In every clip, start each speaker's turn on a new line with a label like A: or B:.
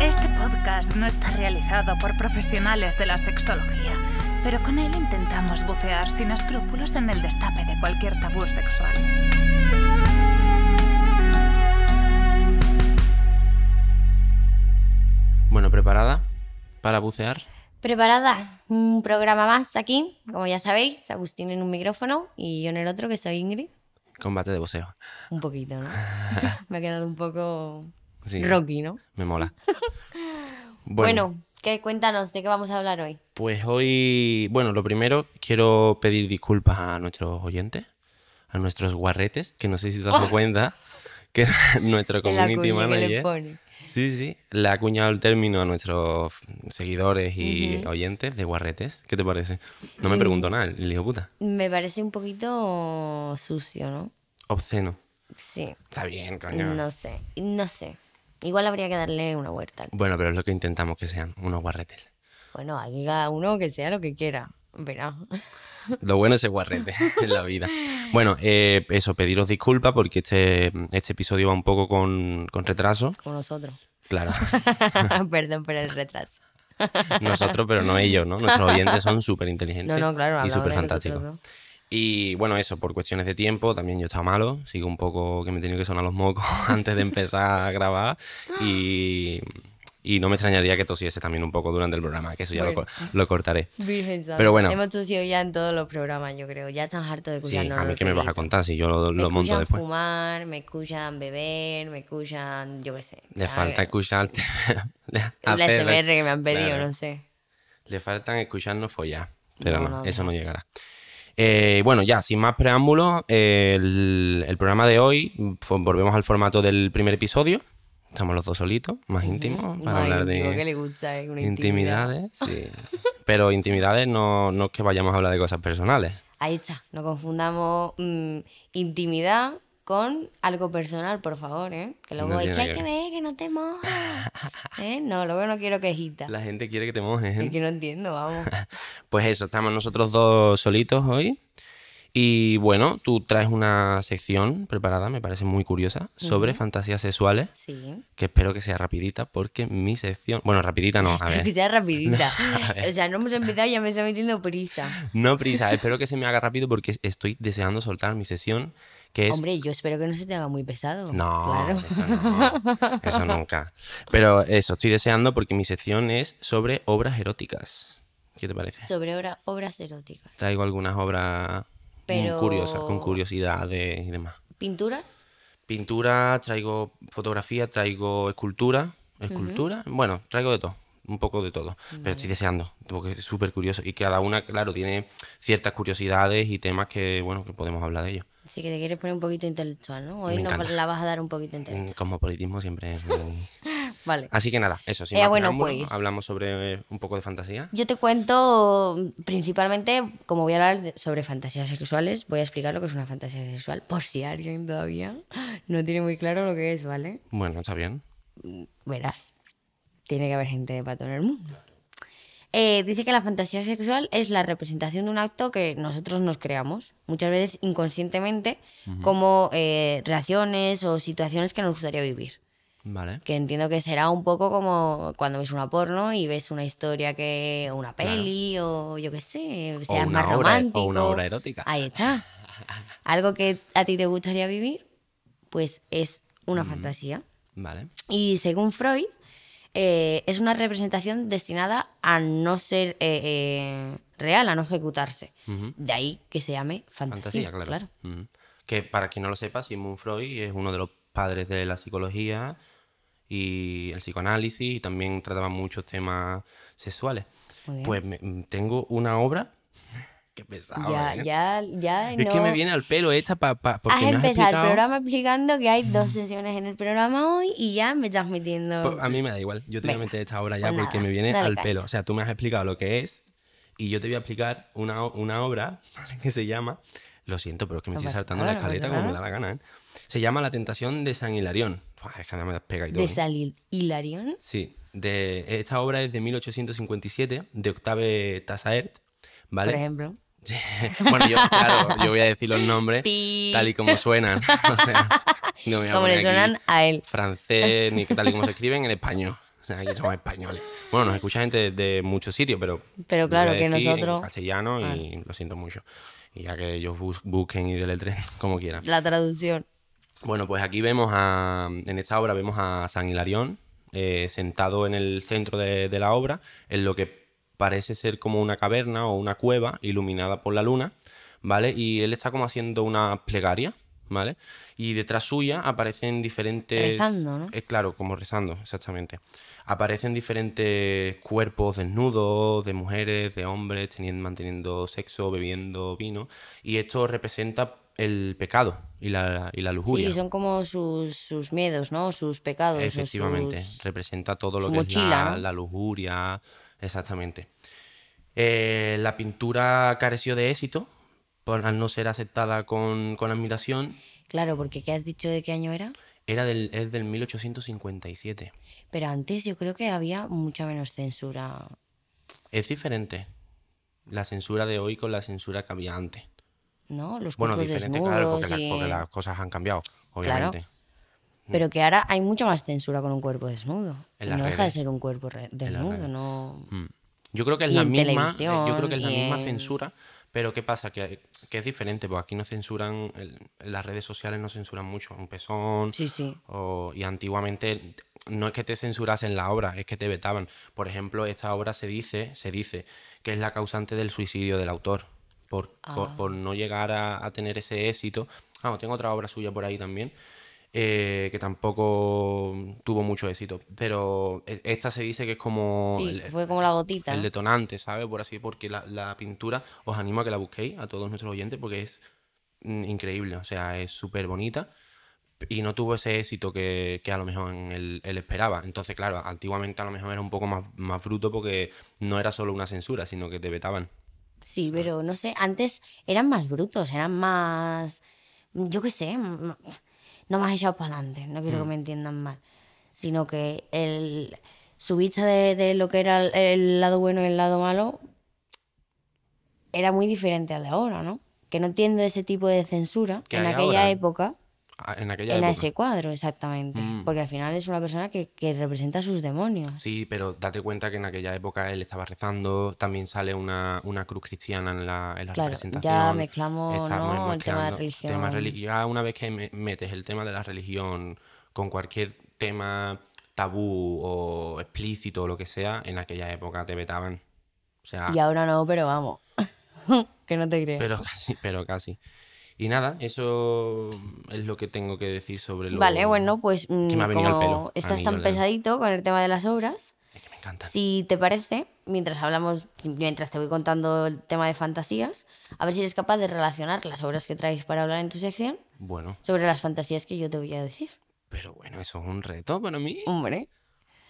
A: Este asesorado por profesionales de la sexología, pero con él intentamos bucear sin escrúpulos en el destape de cualquier tabú sexual.
B: Bueno, ¿preparada para bucear?
C: Preparada, un programa más aquí, como ya sabéis, Agustín en un micrófono y yo en el otro, que soy Ingrid.
B: Combate de buceo.
C: Un poquito, ¿no? Me ha quedado un poco
B: Sí,
C: rocky, ¿no?
B: me mola.
C: Bueno, ¿qué? cuéntanos de qué vamos a hablar hoy.
B: Pues hoy, bueno, lo primero, quiero pedir disculpas a nuestros oyentes, a nuestros guarretes, que no sé si te has dado cuenta, que nuestro
C: En la
B: community
C: cuña Oh. que le
B: manager.
C: pone.
B: Sí, sí, le ha acuñado el término a nuestros seguidores y
C: Ujú. Mm.
B: oyentes de guarretes. ¿Qué te parece? No me pregunto nada, el hijo puta.
C: Me parece un poquito sucio, ¿no?
B: Obsceno.
C: Sí,
B: Está bien, coño.
C: no sé, no sé. Igual habría que darle una vuelta.
B: Bueno, pero es lo que intentamos que sean, unos guarretes.
C: Bueno, aquí cada uno que sea lo que quiera, verá.
B: Lo bueno es el guarrete en la vida. Bueno, eh, eso, pediros disculpas porque este, este episodio va un poco con, con retraso.
C: Como nosotros.
B: Claro,
C: Perdón por el retraso.
B: nosotros, pero no ellos, ¿no? Nuestros oyentes son súper
C: No,
B: inteligentes
C: no, claro,
B: y
C: hablamos
B: súper
C: de nosotros
B: fantásticos.
C: dos.
B: Y bueno, eso, por cuestiones de tiempo, también yo he estado malo, sigo un poco que me he tenido que sonar los mocos antes de empezar a grabar y, y no me extrañaría que tosiese también un poco durante el programa, que eso ya lo
C: Bueno.
B: co- lo cortaré.
C: Virgen Santa.
B: Pero bueno.
C: Hemos tosido ya en todos los programas, yo creo. Pues Ya están hartos de
B: Sí,
C: escucharnos.
B: a mí
C: los
B: que me vas a
C: ruiditos.
B: contar si yo lo,
C: Me
B: lo monto
C: escuchan
B: después.
C: fumar, me escuchan beber, me escuchan, yo qué sé.
B: Le
C: Ah, ya,
B: falta
C: que-
B: escucharte.
C: La
B: hacer la-
C: SMR que me han pedido,
B: Ah, Claro.
C: no sé.
B: Le faltan escucharnos follar. Pero
C: No,
B: no,
C: no,
B: eso no
C: no.
B: llegará. Eh, bueno, ya, sin más preámbulos, el, el programa de hoy, fo- volvemos al formato del primer episodio. Estamos los dos solitos, más íntimos, para
C: Más
B: hablar
C: íntimo, que
B: de
C: le gusta, es una intimidad.
B: intimidades. sí. Pero intimidades no, no es que vayamos a hablar de cosas personales.
C: Ahí está, no confundamos mm, intimidad con algo personal, por favor, ¿eh? Que luego
B: No
C: es que
B: tiene
C: hay
B: que
C: que
B: ver.
C: ver, que no te mojas. ¿Eh? No, luego no quiero quejita.
B: La gente quiere que te mojes. ¿eh?
C: Es que no entiendo, vamos.
B: Pues eso, estamos nosotros dos solitos hoy. Y bueno, tú traes una sección preparada, me parece muy curiosa, sobre fantasías sexuales.
C: Sí.
B: que espero que sea rapidita porque mi sección... Bueno, rapidita no, a
C: Que
B: ver.
C: sea rapidita. O sea, no hemos empezado y ya me está metiendo prisa.
B: No prisa, espero que se me haga rápido porque estoy deseando soltar mi sesión, que es...
C: Hombre, yo espero que no se te haga muy pesado.
B: no,
C: Claro.
B: eso no, eso nunca. Pero eso, estoy deseando porque mi sección es sobre obras eróticas. ¿Qué te parece?
C: Sobre obra- obras eróticas.
B: Traigo algunas obras mm,
C: Pero-
B: curiosas, con curiosidades y demás.
C: ¿Pinturas?
B: Pintura, traigo fotografía, traigo escultura. ¿Escultura? Bueno, traigo de todo. Un poco de todo. Pero estoy deseando, porque es súper curioso. Y cada una, claro, tiene ciertas curiosidades y temas que, bueno, que podemos hablar de ellos.
C: Así que te quieres poner un poquito intelectual, ¿no? Hoy
B: Me
C: no
B: encanta.
C: la vas a dar un poquito intelectual.
B: Mm, Cosmopolitismo siempre es... muy-
C: Vale.
B: Así que nada, eso. Sin
C: Eh,
B: más
C: bueno,
B: preámbulo,
C: pues.
B: Hablamos sobre eh, un poco de fantasía.
C: Yo te cuento principalmente, como voy a hablar de- sobre fantasías sexuales, voy a explicar lo que es una fantasía sexual, por si alguien todavía no tiene muy claro lo que es, ¿vale?
B: Bueno, está bien.
C: Verás, tiene que haber gente de pato en el mundo. Eh, dice que la fantasía sexual es la representación de un acto que nosotros nos creamos, muchas veces inconscientemente, como eh, reacciones o situaciones que nos gustaría vivir.
B: Vale.
C: Que entiendo que será un poco como cuando ves una porno y ves una historia que. o una
B: Claro.
C: peli, o yo qué sé, seas
B: una
C: más
B: obra- o
C: romántico.
B: una obra erótica.
C: Ahí está. Algo que a ti te gustaría vivir, pues es una fantasía.
B: Vale.
C: Y según Freud, eh, es una representación destinada a no ser eh, eh, real, a no ejecutarse.
B: Ujú.
C: De ahí que se llame fantasía.
B: Fantasía, claro. Ujú. Que para quien no lo sepa, Sigmund Freud es uno de los padres de la psicología y el psicoanálisis y también trataba muchos temas sexuales.
C: Muy bien.
B: Pues me- mm, tengo una obra que pesado.
C: Ya,
B: ¿eh?
C: ya, ya.
B: Es que me viene al pelo esta para porque
C: Has
B: me has
C: empezado el
B: explicado- Mm.
C: programa explicando que hay dos sesiones en el programa hoy y ya me estás metiendo.
B: Pues a mí me da igual. Yo te voy a
C: Venga,
B: meter esta obra ya
C: pues
B: porque
C: nada,
B: me viene
C: dale
B: al
C: caña.
B: pelo. O sea, tú me has explicado lo que es y yo te voy a explicar una, o- una obra que se llama. Lo siento, pero es que me
C: No
B: estoy
C: pasa
B: saltando
C: nada,
B: la
C: no pasa
B: escaleta como me da
C: nada.
B: la gana, ¿eh? Se llama La tentación de San Hilarión. Buah, Es que me das pega y todo.
C: de
B: ¿eh?
C: salir Hilarión.
B: Sí. De, esta obra es de 1857, de Octave Tassaert, ¿vale?
C: Por ejemplo.
B: Sí. Bueno, yo, claro, yo voy a decir los nombres
C: Pi.
B: tal y como suenan. O sea, no me voy a
C: Como
B: poner
C: le
B: aquí
C: suenan a él.
B: francés ni que tal y como se escriben en español. O sea, aquí somos españoles. Bueno, nos escucha gente de, de muchos sitios, pero.
C: Pero
B: lo
C: claro,
B: voy a
C: que
B: decir en
C: nosotros-
B: castellano y lo siento mucho. Y ya que ellos bus- busquen y deletren como quieran.
C: La traducción.
B: Bueno, pues aquí vemos a. En esta obra vemos a San Hilarión eh, sentado en el centro de, de la obra, en lo que parece ser como una caverna o una cueva iluminada por la luna, ¿vale? Y él está como haciendo una plegaria, ¿vale? Y detrás suya aparecen diferentes.
C: Rezando, ¿no?
B: Eh, claro, como rezando, exactamente. Aparecen diferentes cuerpos desnudos, de mujeres, de hombres, teniendo, manteniendo sexo, bebiendo vino. Y esto representa el pecado y la, y la lujuria.
C: Sí, son como sus, sus miedos, ¿no? Sus pecados. o
B: Efectivamente,
C: sus-
B: representa todo lo
C: su
B: que es
C: mochila,
B: la,
C: ¿no?
B: la lujuria, exactamente. Eh, la pintura careció de éxito por al no ser aceptada con, con admiración.
C: Claro, porque ¿qué has dicho de qué año era?
B: Era del, es del 1857.
C: Pero antes yo creo que había mucha menos censura.
B: Es diferente la censura de hoy con la censura que había antes.
C: ¿No? Los
B: Bueno,
C: cuerpos
B: diferente,
C: desnudos
B: claro, porque, la-
C: y-
B: porque las cosas han cambiado, obviamente.
C: Pero que ahora hay mucha más censura con un cuerpo desnudo.
B: En
C: no
B: las
C: deja de
B: redes.
C: ser un cuerpo re- desnudo,
B: redes.
C: ¿no?
B: Mm. Yo creo que es
C: Y
B: la
C: en
B: misma, eh, yo creo
C: televisión,
B: que es la
C: y
B: misma
C: en-
B: censura, pero ¿qué pasa? Que, que es diferente, pues aquí no censuran, el- en las redes sociales no censuran mucho un pezón,
C: Sí, sí.
B: o- y antiguamente no es que te censurasen la obra, es que te vetaban. Por ejemplo, esta obra se dice, se dice que es la causante del suicidio del autor, por,
C: Ah.
B: por- por no llegar a, a tener ese éxito. Ah, tengo otra obra suya por ahí también, eh, que tampoco tuvo mucho éxito, pero e- esta se dice que es como...
C: Sí,
B: el-
C: fue como la gotita.
B: el
C: ¿no?
B: detonante, ¿sabes? Por así, porque la, la pintura, os animo a que la busquéis a todos nuestros oyentes porque es mm, increíble, o sea, es súper bonita y no tuvo ese éxito que, que a lo mejor él, él esperaba. Entonces, claro, antiguamente a lo mejor era un poco más, más bruto porque no era solo una censura, sino que te vetaban.
C: Sí, pero no sé, antes eran más brutos, eran más. mm, Yo qué sé, m- m- no más echados para adelante, no
B: Mm.
C: quiero que me entiendan mal. Sino que el subirse de, de lo que era el, el lado bueno y el lado malo era muy diferente al de ahora, ¿no? Que no entiendo ese tipo de censura
B: Que
C: en
B: hay
C: aquella
B: ahora,
C: época,
B: Ah, En aquella
C: en
B: época.
C: ese cuadro, exactamente.
B: Mm.
C: Porque al final es una persona que, que representa sus demonios.
B: Sí, pero date cuenta que en aquella época él estaba rezando, también sale una, una cruz cristiana en la, en la
C: Claro, ya
B: representación.
C: mezclamos,
B: estamos
C: ¿no? el tema de
B: mezclando temas
C: religión.
B: reli- ya una vez que me- metes el tema de la religión con cualquier tema tabú o explícito o lo que sea, en aquella época te vetaban. O sea,
C: Y ahora no, pero vamos. que no te creas.
B: pero casi, pero casi. Y nada, eso es lo que tengo que decir sobre lo...
C: Vale, bueno, pues mm,
B: me ha venido al
C: como
B: pelo, a
C: estás
B: mí, Ah.
C: tan
B: Yolanda.
C: pesadito con el tema de las obras,
B: Es que me encanta.
C: si te parece, mientras hablamos, mientras te voy contando el tema de fantasías, a ver si eres capaz de relacionar las obras que traes para hablar en tu sección
B: Bueno,
C: sobre las fantasías que yo te voy a decir.
B: pero bueno, eso es un reto para mí.
C: Hombre,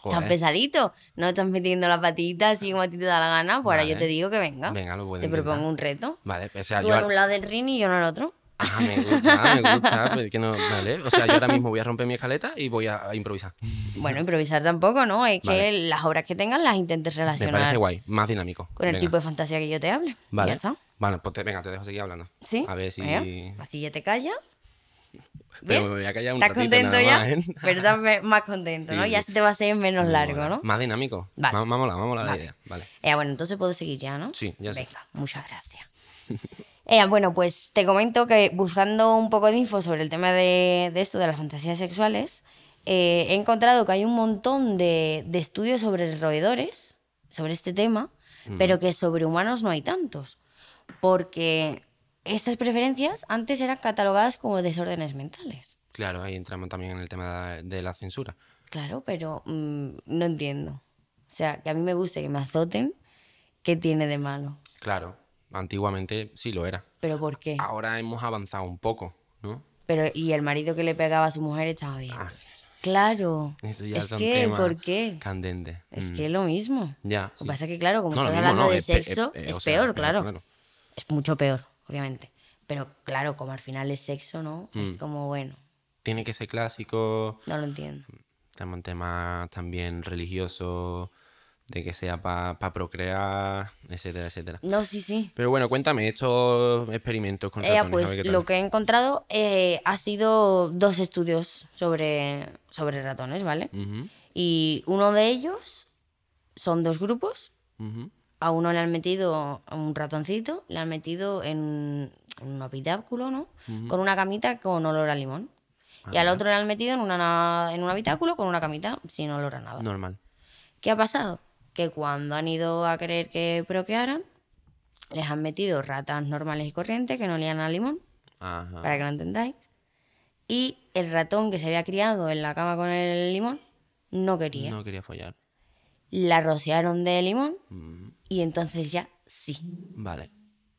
C: tan
B: Joder.
C: pesadito, no estás metiendo la patita así como a ti te da la gana, pues ahora yo
B: Vale.
C: te digo que venga.
B: Venga, lo puedo
C: Te
B: intentar.
C: propongo un reto.
B: Vale, o sea,
C: Tú
B: yo...
C: en un lado del ring y yo en el otro.
B: Ah, me gusta, me gusta. pero es que no, vale. O sea, yo ahora mismo voy a romper mi escaleta y voy a improvisar.
C: Bueno, improvisar tampoco, ¿no? Es que
B: Vale.
C: las obras que tengas las intentes
B: Me
C: relacionar
B: parece guay, más dinámico.
C: con el
B: Venga.
C: tipo de fantasía que yo te hable. Y
B: Vale.
C: ya está.
B: Bueno, pues te- venga, te dejo seguir hablando.
C: ¿Sí?
B: A ver si.
C: Venga, Así ya te calla.
B: Pero
C: ¿Ves?
B: me voy a callar un
C: ¿Estás
B: ratito
C: contento
B: nada
C: ya?
B: más, ¿eh?
C: Pero estás me- más contento, ¿no?
B: Sí.
C: Ya se te va a hacer menos
B: Me
C: largo,
B: mola.
C: ¿no?
B: Más dinámico.
C: Vale.
B: Vale. Vámonos, vámonos la
C: Vale.
B: idea. Vale.
C: Eh, bueno, entonces puedo seguir ya, ¿no?
B: Sí, ya sí.
C: Venga, muchas gracias. Eh, bueno, pues te comento que buscando un poco de info sobre el tema de, de esto, de las fantasías sexuales, eh, he encontrado que hay un montón de, de estudios sobre roedores, sobre este tema, pero que sobre humanos no hay tantos. Porque estas preferencias antes eran catalogadas como desórdenes mentales.
B: Claro, ahí entramos también en el tema de la censura.
C: Claro, pero mm, no entiendo. O sea, que a mí me guste que me azoten, ¿qué tiene de malo?
B: Claro, antiguamente sí lo era.
C: ¿Pero por qué?
B: Ahora hemos avanzado un poco, ¿no?
C: Pero, y el marido que le pegaba a su mujer estaba bien.
B: Ah,
C: Claro.
B: eso ya
C: es
B: son
C: que,
B: temas
C: ¿por qué?
B: Candentes.
C: Es
B: Mm,
C: que es lo mismo.
B: Ya.
C: Lo que
B: sí.
C: pasa es que, claro, como
B: No, lo
C: estás
B: mismo
C: hablando
B: no,
C: de
B: es pe- es-
C: sexo,
B: eh,
C: es
B: o sea,
C: peor, claro.
B: claro.
C: Es mucho peor, obviamente. Pero claro, como al final es sexo, ¿no?
B: Mm.
C: Es como, bueno,
B: Tiene que ser clásico.
C: no lo entiendo.
B: Mm. Estamos en temas también religiosos, de que sea para procrear, etcétera, etcétera.
C: No, sí, sí.
B: Pero bueno, cuéntame estos experimentos con
C: Eh,
B: ratones. a ver
C: pues
B: qué tal.
C: lo que he encontrado eh, ha sido dos estudios sobre, sobre ratones, ¿vale?
B: Ujú.
C: Y uno de ellos son dos grupos.
B: Ujú.
C: A uno le han metido a un ratoncito, le han metido en un habitáculo, ¿no? Con una camita con olor a limón. Y al otro le han metido en, una, na- en un habitáculo con una camita sin olor a nada.
B: Normal.
C: ¿Qué ha pasado? Que cuando han ido a querer que procrearan, les han metido ratas normales y corrientes que no lean a limón,
B: Ajá.
C: para que lo entendáis. Y el ratón que se había criado en la cama con el limón no quería.
B: No quería follar.
C: La rociaron de limón
B: Mm,
C: y entonces ya sí.
B: Vale.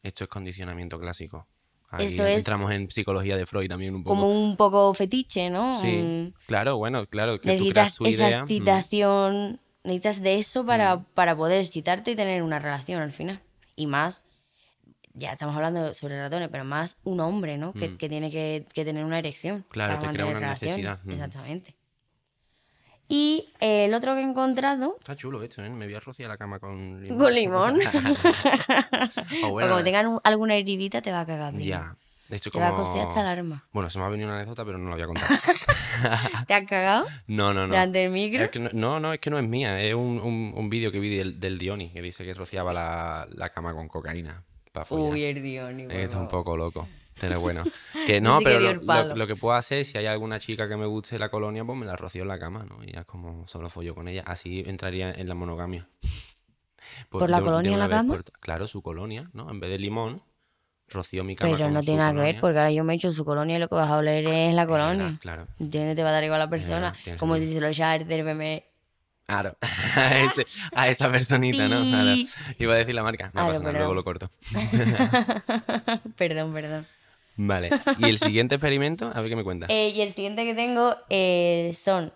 B: Esto es condicionamiento clásico. Ahí
C: Eso es-
B: entramos en psicología de Freud también un poco.
C: Como un poco fetiche, ¿no?
B: Sí,
C: Un-
B: claro, bueno, claro, que tú creas
C: necesitas
B: tu
C: esa
B: idea. mm,
C: excitación, necesitas de eso para, para poder excitarte y tener una relación al final. Y más, ya estamos hablando sobre ratones, pero más un hombre, ¿no? Que, que tiene que, que tener una erección.
B: Mm. Claro,
C: para
B: te crea
C: mantener
B: una
C: relaciones.
B: necesidad, mm.
C: Exactamente. Y eh, el otro que he encontrado,
B: Está chulo esto, ¿eh? Me voy a rociar la cama con limón.
C: con limón,
B: O
C: o
B: bueno,
C: como tengan un- alguna heridita te va a cagar. bien.
B: Ya. Esto
C: Te
B: como...
C: va a coser hasta el alma.
B: Bueno, se me ha venido una anécdota, pero no la voy a contar.
C: ¿Te has cagado?
B: Ah. No, no, no.
C: ¿Delante del micro?
B: Es que no, no, no, es que no es mía. Es un, un- un vídeo que vi del, del Dioni, que dice que rociaba la, la cama con cocaína. Para follar.
C: Uy, el Dios.
B: Está un poco loco. Pero bueno. Que no,
C: sí que
B: pero
C: dio
B: lo,
C: el
B: lo-
C: palo.
B: lo que puedo hacer, si hay alguna chica que me guste la colonia, pues me la rocío en la cama, ¿no? Y ya es como solo follo con ella. Así entraría en la monogamia. Pues
C: ¿Por la
B: de- de
C: colonia en
B: una
C: la
B: vez
C: cama?
B: por to- claro, su colonia, ¿no? En vez de limón, rocío mi cama.
C: Pero
B: con
C: no
B: su
C: tiene nada que ver,
B: colonia.
C: porque ahora yo me he hecho su colonia y lo que vas a oler es la
B: Es verdad,
C: colonia.
B: Claro.
C: ¿Entiendes? Te va a dar igual a la persona.
B: verdad, tiene
C: como
B: sentido.
C: si se lo echara del meme.
B: Claro. a, ese- a esa personita, ¿no? Claro.
C: Pi.
B: Iba a decir la marca. No
C: Claro,
B: pasa nada,
C: perdón.
B: luego lo corto.
C: perdón, perdón.
B: Vale. ¿Y el siguiente experimento? A ver qué me cuenta.
C: Eh, y el siguiente que tengo eh, son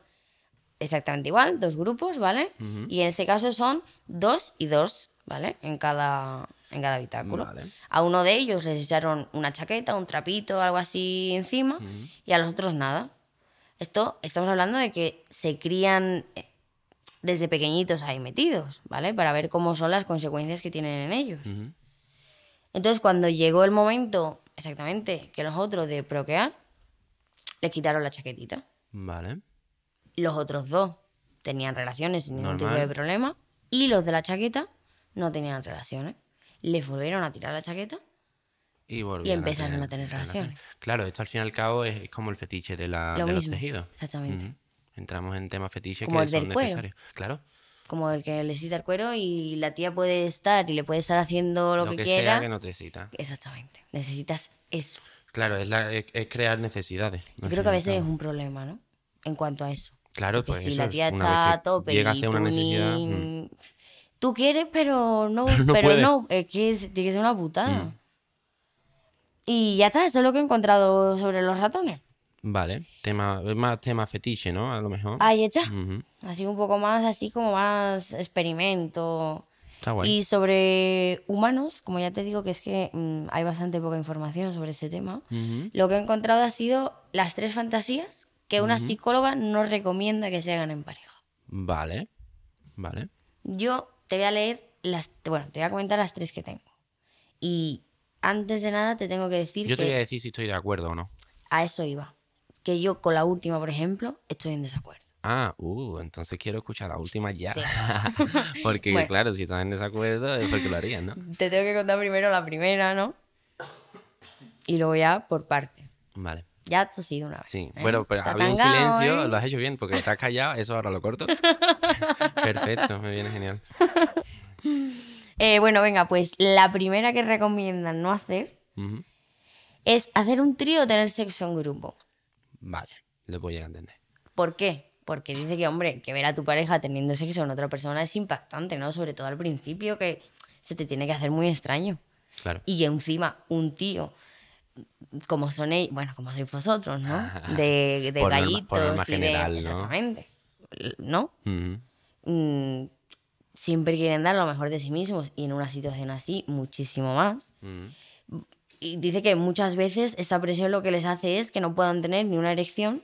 C: exactamente igual, dos grupos, ¿vale? Y en este caso son dos y dos, ¿vale? En cada, en cada habitáculo.
B: Vale.
C: A uno de ellos les echaron una chaqueta, un trapito, algo así encima, y a los otros nada. Esto, estamos hablando de que se crían eh, desde pequeñitos ahí metidos, ¿vale? Para ver cómo son las consecuencias que tienen en ellos.
B: Ujú.
C: Entonces, cuando llegó el momento, exactamente, que los otros de procrear, les quitaron la chaquetita.
B: Vale.
C: Los otros dos tenían relaciones sin ningún tipo
B: Normal.
C: de problema. Y los de la chaqueta no tenían relaciones. Les volvieron a tirar la chaqueta.
B: Y, volvían
C: empezaron a tener relaciones.
B: Claro, esto al fin y al cabo es, es como el fetiche de, la,
C: Lo
B: de los
C: mismo,
B: tejidos.
C: exactamente.
B: Ujú. Entramos en temas fetiches
C: Como
B: que
C: el
B: son
C: del cuero.
B: necesarios. Claro.
C: Como el que le cita el cuero y la tía puede estar y le puede estar haciendo lo, que, quiera.
B: sea que no te excita.
C: Exactamente. Necesitas eso.
B: Claro, es, la- es- es crear necesidades. al
C: Yo
B: fin
C: creo
B: y
C: que a
B: al
C: veces es
B: cabo.
C: un problema, ¿no? En cuanto a eso.
B: Claro,
C: Porque
B: pues
C: si
B: eso
C: la
B: es,
C: tía
B: una
C: está
B: vez
C: a
B: que
C: tope
B: llega a
C: y
B: ser una
C: tú
B: necesidad,
C: ni-
B: mm,
C: Tú quieres, pero no,
B: Pero
C: pero
B: no Mm.
C: no,
B: puedes.
C: es que es- tiene que ser una putada. Y ya está, eso es lo que he encontrado sobre los ratones.
B: Mm. vale, tema, es más tema fetiche, ¿no? A lo mejor.
C: Ahí está.
B: Ujú.
C: Así un poco más, así como más experimento.
B: Está guay.
C: Y sobre humanos, como ya te digo que es que mm, hay bastante poca información sobre ese tema,
B: Ujú.
C: lo que he encontrado ha sido las tres fantasías que una psicóloga no recomienda que se hagan en pareja.
B: Vale, vale.
C: Yo te voy a leer las, bueno, te voy a comentar las tres que tengo. Y antes de nada te tengo que decir
B: Yo te
C: que
B: voy a decir si estoy de acuerdo o no.
C: a eso iba. Que yo con la última, por ejemplo, estoy en desacuerdo.
B: Ah, uh, entonces quiero escuchar la última ya. porque,
C: Bueno.
B: claro, si estás en desacuerdo es porque lo harías, ¿no?
C: Te tengo que contar primero la primera, ¿no? Y luego ya por parte.
B: Vale.
C: Ya esto ha sido una vez.
B: Sí,
C: ¿eh?
B: bueno, pero
C: Se ha
B: había un
C: tangado,
B: silencio,
C: ¿eh?
B: lo has hecho bien porque estás callado, eso ahora lo corto. Perfecto, me viene genial.
C: Eh, bueno, venga, pues la primera que recomiendan no hacer
B: Ujú.
C: es hacer un trío o tener sexo en grupo.
B: Vale, lo voy a entender.
C: ¿Por qué? Porque dice que, hombre, que ver a tu pareja teniendo sexo con otra persona es impactante, ¿no? Sobre todo al principio, que se te tiene que hacer muy extraño.
B: Claro.
C: Y encima, un tío, como son ellos, bueno, como sois vosotros, ¿no? De, de
B: Por norma-
C: gallitos
B: por norma
C: y de-
B: general, ¿no?
C: Exactamente. ¿No?
B: Ujú.
C: Mm, siempre quieren dar lo mejor de sí mismos y en una situación así, muchísimo más.
B: Ujú.
C: Y dice que muchas veces esta presión lo que les hace es que no puedan tener ni una erección.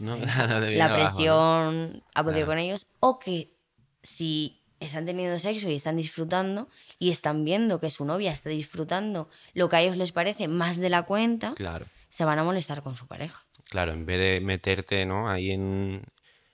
B: No,
C: Exactamente.
B: claro, de bien
C: la
B: abajo, ¿no?
C: presión ha podido
B: Claro.
C: con ellos. O que si están teniendo sexo y están disfrutando y están viendo que su novia está disfrutando lo que a ellos les parece más de la cuenta,
B: Claro,
C: se van a molestar con su pareja.
B: claro, en vez de meterte, ¿no? Ahí en,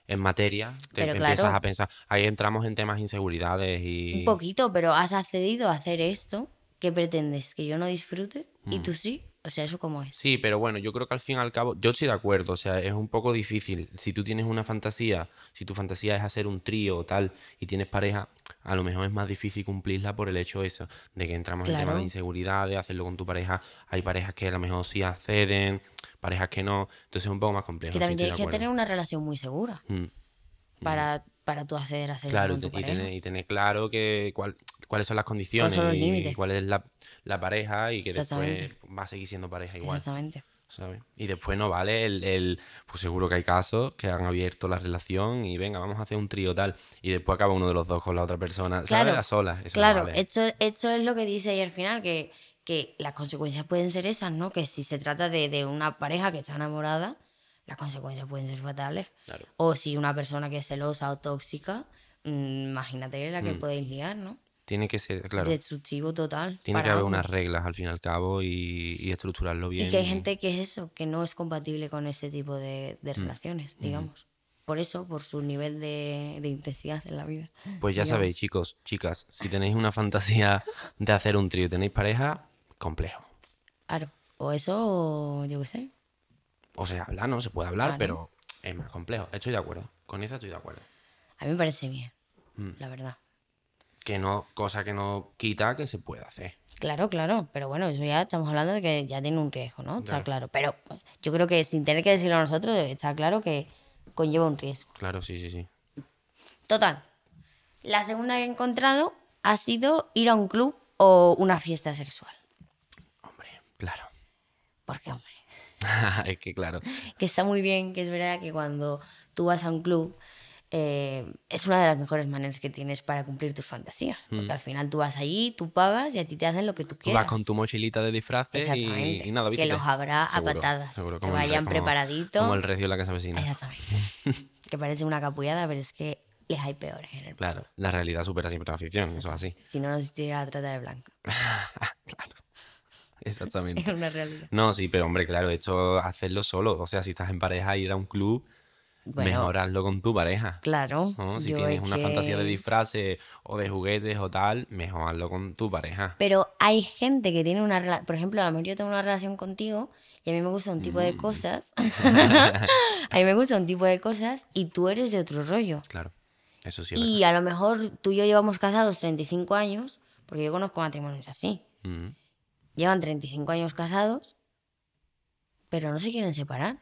B: en materia, te
C: Pero
B: empiezas
C: claro.
B: a pensar. Ahí entramos en temas de inseguridades y.
C: Un poquito, pero has accedido a hacer esto. ¿Qué pretendes? ¿Que yo no disfrute?
B: Mm.
C: ¿Y tú sí? O sea, ¿eso cómo es?
B: Sí, pero bueno, yo creo que al fin y al cabo, yo estoy de acuerdo, o sea, es un poco difícil. Si tú tienes una fantasía, si tu fantasía es hacer un trío o tal, y tienes pareja, a lo mejor es más difícil cumplirla por el hecho eso, de que entramos en temas
C: Claro.
B: de inseguridad, de hacerlo con tu pareja. Hay parejas que a lo mejor sí acceden, parejas que no, entonces es un poco más complejo.
C: que también
B: sí,
C: tienes
B: estoy
C: que
B: de
C: tener
B: acuerdo.
C: una relación muy segura
B: Mm.
C: para, para tú acceder a hacer
B: Claro,
C: eso
B: y
C: con tu
B: te- y
C: pareja.
B: tener, y tener claro que cuál- cuáles son las condiciones
C: los
B: y
C: límites.
B: cuál es la, la pareja y que después
C: Exactamente.
B: va a seguir siendo pareja igual.
C: Exactamente.
B: ¿sabes? Y después no vale el, el- Pues seguro que hay casos que han abierto la relación y venga, vamos a hacer un trío tal. Y después acaba uno de los dos con la otra persona. ¿Sabes? A solas. Eso no
C: claro,
B: vale.
C: esto, esto es lo que dice ahí al final, que, que las consecuencias pueden ser esas, ¿no? Que si se trata de, de una pareja que está enamorada, las consecuencias pueden ser fatales.
B: Claro.
C: O si una persona que es celosa o tóxica, mm, imagínate la que
B: Mm.
C: podéis liar, ¿no?
B: Tiene que ser, claro.
C: Destructivo total.
B: Tiene que
C: para
B: haber unas
C: ambos.
B: reglas al fin y al cabo y, y estructurarlo bien.
C: Y que hay gente que es eso, que no es compatible con ese tipo de,
B: Mm.
C: de relaciones, digamos. Por eso, por su nivel de, de intensidad en la vida.
B: Pues ya sabéis, chicos, chicas, si tenéis una fantasía de hacer un trío y tenéis pareja, complejo.
C: Claro. O eso, o yo qué sé.
B: O sea, hablar, no se puede hablar,
C: Claro.
B: pero es más complejo. Estoy de acuerdo. Con esa estoy de acuerdo. Mm.
C: A mí me parece bien, la verdad.
B: Que no, cosa que no quita que se pueda hacer.
C: Claro, claro, pero bueno, eso ya estamos hablando de que ya tiene un riesgo, ¿no? Está
B: Claro.
C: claro, pero yo creo que sin tener que decirlo a nosotros, está claro que conlleva un riesgo.
B: Claro, sí, sí, sí.
C: Total, la segunda que he encontrado ha sido ir a un club o una fiesta sexual.
B: Hombre, claro.
C: Porque, hombre,
B: es que claro.
C: que está muy bien, que es verdad que cuando tú vas a un club eh, es una de las mejores maneras que tienes para cumplir tus fantasías. Porque al final tú vas allí, tú pagas y a ti te hacen lo que tú
B: Tú
C: quieras.
B: vas con tu mochilita de disfraces y,
C: Exactamente.
B: y nada,
C: Que
B: ¿viste?
C: los habrá a patadas. Que vayan preparaditos.
B: Como el recio de la casa vecina.
C: Exactamente. que parece una capullada, pero es que les hay peores en el mundo.
B: Claro, la realidad supera siempre la ficción, eso es así.
C: Si no, nos existiría la trata de blanca. Es
B: Exactamente.
C: una realidad.
B: No, sí, pero hombre, claro, esto hacerlo solo. O sea, si estás en pareja, ir a un club,
C: Bueno.
B: mejorarlo con tu pareja.
C: Claro.
B: ¿no? Si
C: yo
B: tienes
C: es
B: una fantasía de
C: que-
B: disfraces o de juguetes o tal, mejorarlo con tu pareja.
C: Pero hay gente que tiene una relación. Por ejemplo, a lo mejor yo tengo una relación contigo y a mí me gusta un
B: Mm.
C: tipo de cosas. a mí me gusta un tipo de cosas y tú eres de otro rollo.
B: Claro, eso sí es
C: Y a lo mejor tú y yo llevamos casados 35 años, porque yo conozco matrimonios así.
B: verdad. Mm.
C: Llevan 35 años casados, pero no se quieren separar.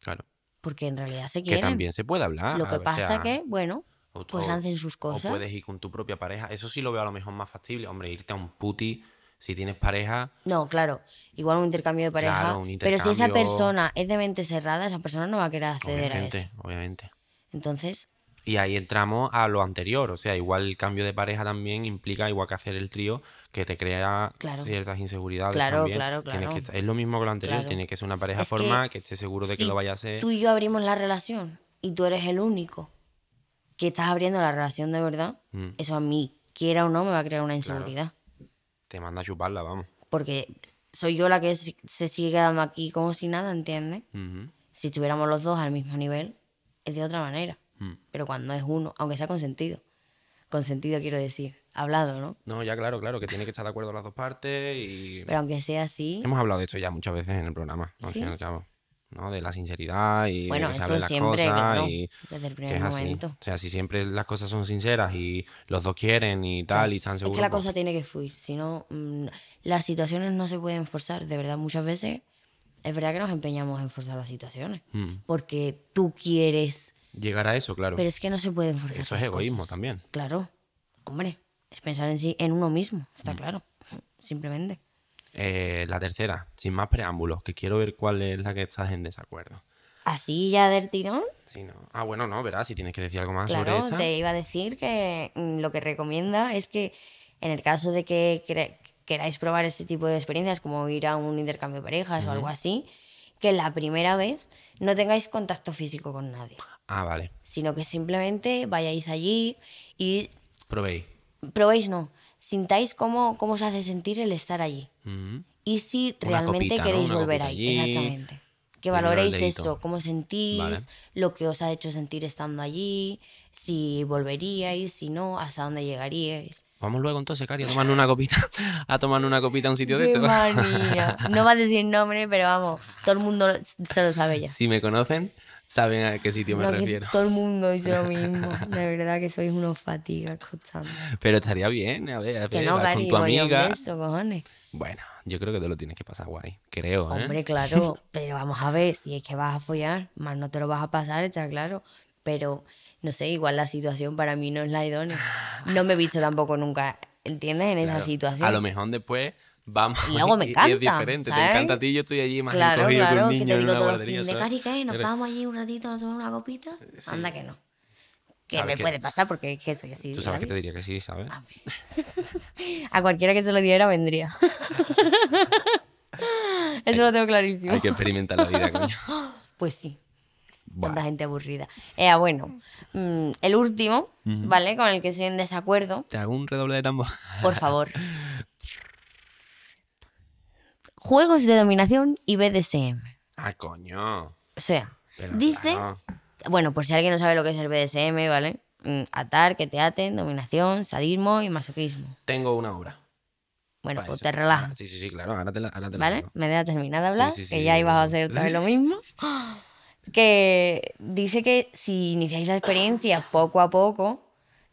B: Claro.
C: Porque en realidad se
B: Que
C: quieren.
B: también se puede hablar.
C: Lo que
B: Ah, o
C: pasa
B: sea,
C: que, bueno,
B: o-
C: pues
B: o-
C: hacen sus cosas.
B: O puedes ir con tu propia pareja. Eso sí lo veo a lo mejor más factible. Hombre, irte a un puti si tienes pareja.
C: No, claro, igual un intercambio de pareja.
B: Claro, un
C: Pero si esa
B: intercambio.
C: persona es de mente cerrada, esa persona no va a querer acceder a
B: Obviamente,
C: eso.
B: obviamente.
C: Entonces,
B: Y ahí entramos a lo anterior. O sea, igual el cambio de pareja también implica, igual que hacer el trío, que te crea
C: Claro.
B: ciertas inseguridades.
C: Claro,
B: también.
C: claro,
B: Tienes
C: claro.
B: que estar- es lo mismo que lo anterior.
C: Claro.
B: Tiene que ser una pareja
C: Es que
B: formada que, esté seguro de que
C: si
B: lo vaya a hacer.
C: tú y yo abrimos la relación y tú eres el único que estás abriendo la relación de verdad,
B: Mm.
C: eso a mí, quiera o no, me va a crear una inseguridad.
B: Te manda a chuparla, vamos.
C: Porque soy yo la que se se sigue quedando aquí como si nada, ¿entiendes?
B: Ujú.
C: Si estuviéramos los dos al mismo nivel, es de otra manera.
B: Mm.
C: Pero cuando es uno, aunque sea consentido. Consentido quiero decir, hablado, ¿no?
B: No, ya claro, claro, que tiene que estar de acuerdo las dos partes y...
C: Pero aunque sea así,
B: Hemos hablado de esto ya muchas veces en el programa, al
C: ¿Sí?
B: fin y al cabo, ¿no? De la sinceridad y
C: bueno,
B: de que se
C: eso
B: hablen las
C: siempre,
B: cosas
C: claro,
B: y
C: desde el
B: que
C: primer
B: es así.
C: momento.
B: O sea, si siempre las cosas son sinceras y los dos quieren y tal y están
C: Es
B: seguros...
C: que la
B: pues,
C: cosa tiene que fluir, si no, mm, las situaciones no se pueden forzar. De verdad, muchas veces es verdad que nos empeñamos en forzar las situaciones,
B: mm,
C: porque tú quieres,
B: llegar a eso, claro.
C: pero es que no se pueden forzar.
B: eso es
C: las
B: egoísmo
C: cosas.
B: también.
C: Claro, hombre, es pensar en sí, en uno mismo,
B: Mm.
C: está claro, simplemente.
B: Eh, la tercera, sin más preámbulos, que quiero ver cuál es la que estás en desacuerdo.
C: Así ya del tirón,
B: Si no... Ah, bueno, no, verás, si tienes que decir algo más sobre
C: Claro,
B: esta.
C: te iba a decir que mm, lo que recomienda es que en el caso de que quere- queráis probar este tipo de experiencias, como ir a un intercambio de parejas o algo así, que la primera vez no tengáis contacto físico con nadie,
B: Ah, vale.
C: sino que simplemente vayáis allí y
B: Probéis.
C: probéis, no, sintáis cómo, cómo os hace sentir el estar allí.
B: Ujú.
C: Y si
B: Una
C: realmente
B: copita, ¿no?
C: queréis
B: Una
C: volver
B: copita
C: ahí.
B: allí,
C: Exactamente. que
B: Primero el
C: valoréis
B: dedito.
C: eso, cómo sentís,
B: Vale.
C: lo que os ha hecho sentir estando allí, si volveríais, si no, hasta dónde llegaríais.
B: Vamos luego entonces, Cari, a tomarnos una copita, a tomarnos una copita a un sitio de
C: ¡Qué
B: esto.
C: manía! No va a decir nombre, pero vamos, todo el mundo se lo sabe ya.
B: si me conocen, saben a qué sitio me
C: No, que
B: refiero.
C: todo el mundo dice lo mismo. De verdad que sois unos fatigas constantes.
B: Pero estaría bien, a ver, a
C: Que
B: ver,
C: no,
B: vas
C: Gary,
B: con tu
C: voy a un
B: amiga.
C: beso, cojones.
B: Bueno, yo creo que te lo tienes que pasar guay, creo, ¿eh?
C: Hombre, claro, pero vamos a ver, si es que vas a follar, más no te lo vas a pasar, está claro. Pero, no sé, igual la situación para mí no es la idónea. No me he visto tampoco nunca, ¿entiendes? En esa
B: Claro,
C: situación.
B: A lo mejor después vamos
C: Y luego me
B: y- y
C: encanta,
B: es diferente, te
C: ¿sabes?
B: encanta a ti y yo estoy allí más
C: claro,
B: encogido
C: claro,
B: con
C: que
B: niños
C: te
B: en
C: digo
B: una
C: todos los
B: guardería.
C: fines de
B: ¿sabes?
C: Cari, ¿qué? ¿Nos
B: Pero-
C: vamos allí un ratito a tomar una copita? Anda que no. Que
B: ¿Sabes
C: me
B: qué?
C: puede pasar porque es que soy así.
B: Tú
C: de
B: sabes que
C: la
B: te
C: vida. Ah,
B: diría que sí, ¿sabes?
C: A cualquiera que se lo diera vendría. Eso lo tengo clarísimo.
B: Hay que experimentar la vida, coño.
C: Pues sí.
B: Buah.
C: Tanta gente aburrida. Eh, bueno, mm, el último, ¿vale? Con el que estoy en desacuerdo,
B: Te hago un redoble de tambor.
C: por favor. Juegos de dominación y BDSM.
B: Ah, coño.
C: O sea,
B: Pero
C: dice,
B: claro.
C: bueno, por si alguien no sabe lo que es el BDSM, ¿vale? Mm, Atar, que te aten, dominación, sadismo y masoquismo.
B: Tengo una hora.
C: Bueno,
B: para
C: pues
B: eso.
C: te relajas.
B: Ah, Sí, sí, sí, claro. Ahora te la, ahora te la
C: ¿Vale?
B: digo.
C: Me deja terminar de hablar,
B: Sí, sí, sí,
C: que
B: sí,
C: ya
B: sí,
C: ibas a
B: sí.
C: hacer otra vez lo mismo. Que dice que si iniciáis la experiencia poco a poco,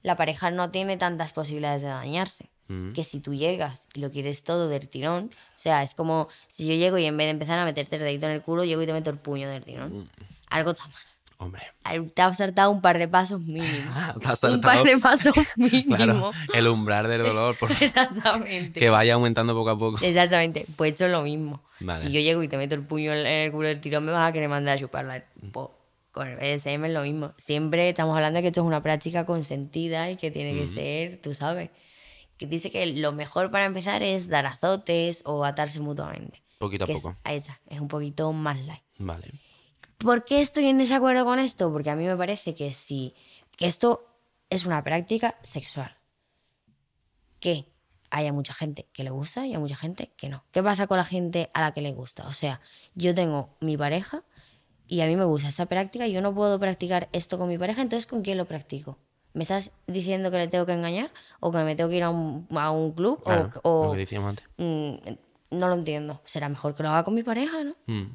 C: la pareja no tiene tantas posibilidades de dañarse.
B: Mm.
C: Que si tú llegas y lo quieres todo del tirón, o sea, es como si yo llego y en vez de empezar a meterte el dedito en el culo, llego y te meto el puño del
B: Mm.
C: tirón. Algo está mal.
B: Hombre.
C: Al- Te has saltado un par de pasos mínimos.
B: Ah, te has
C: Un par
B: saltado.
C: de pasos mínimos.
B: Claro, el umbral del dolor, por-
C: Exactamente.
B: que vaya aumentando poco a poco.
C: Exactamente, pues esto es lo mismo.
B: Vale.
C: Si yo llego y te meto el puño en en el culo del tirón, me vas a querer mandar a chuparla. Po. Con el BDSM es lo mismo. Siempre estamos hablando de que esto es una práctica consentida y que tiene que ser, tú sabes. Que dice que lo mejor para empezar es dar azotes o atarse mutuamente.
B: Poquito a
C: Que es-
B: poco.
C: a esa, es un poquito más light.
B: Vale.
C: ¿Por qué estoy en desacuerdo con esto? Porque a mí me parece que sí, que esto es una práctica sexual. Que haya mucha gente que le gusta y a mucha gente que no. ¿Qué pasa con la gente a la que le gusta? O sea, yo tengo mi pareja y a mí me gusta esta práctica, yo no puedo practicar esto con mi pareja, entonces ¿con quién lo practico? ¿Me estás diciendo que le tengo que engañar? ¿O que me tengo que ir a un, a un club?
B: Claro,
C: o,
B: lo
C: o-
B: que decíamos antes.
C: mm, no lo entiendo. Será mejor que lo haga con mi pareja, ¿no?
B: Mm,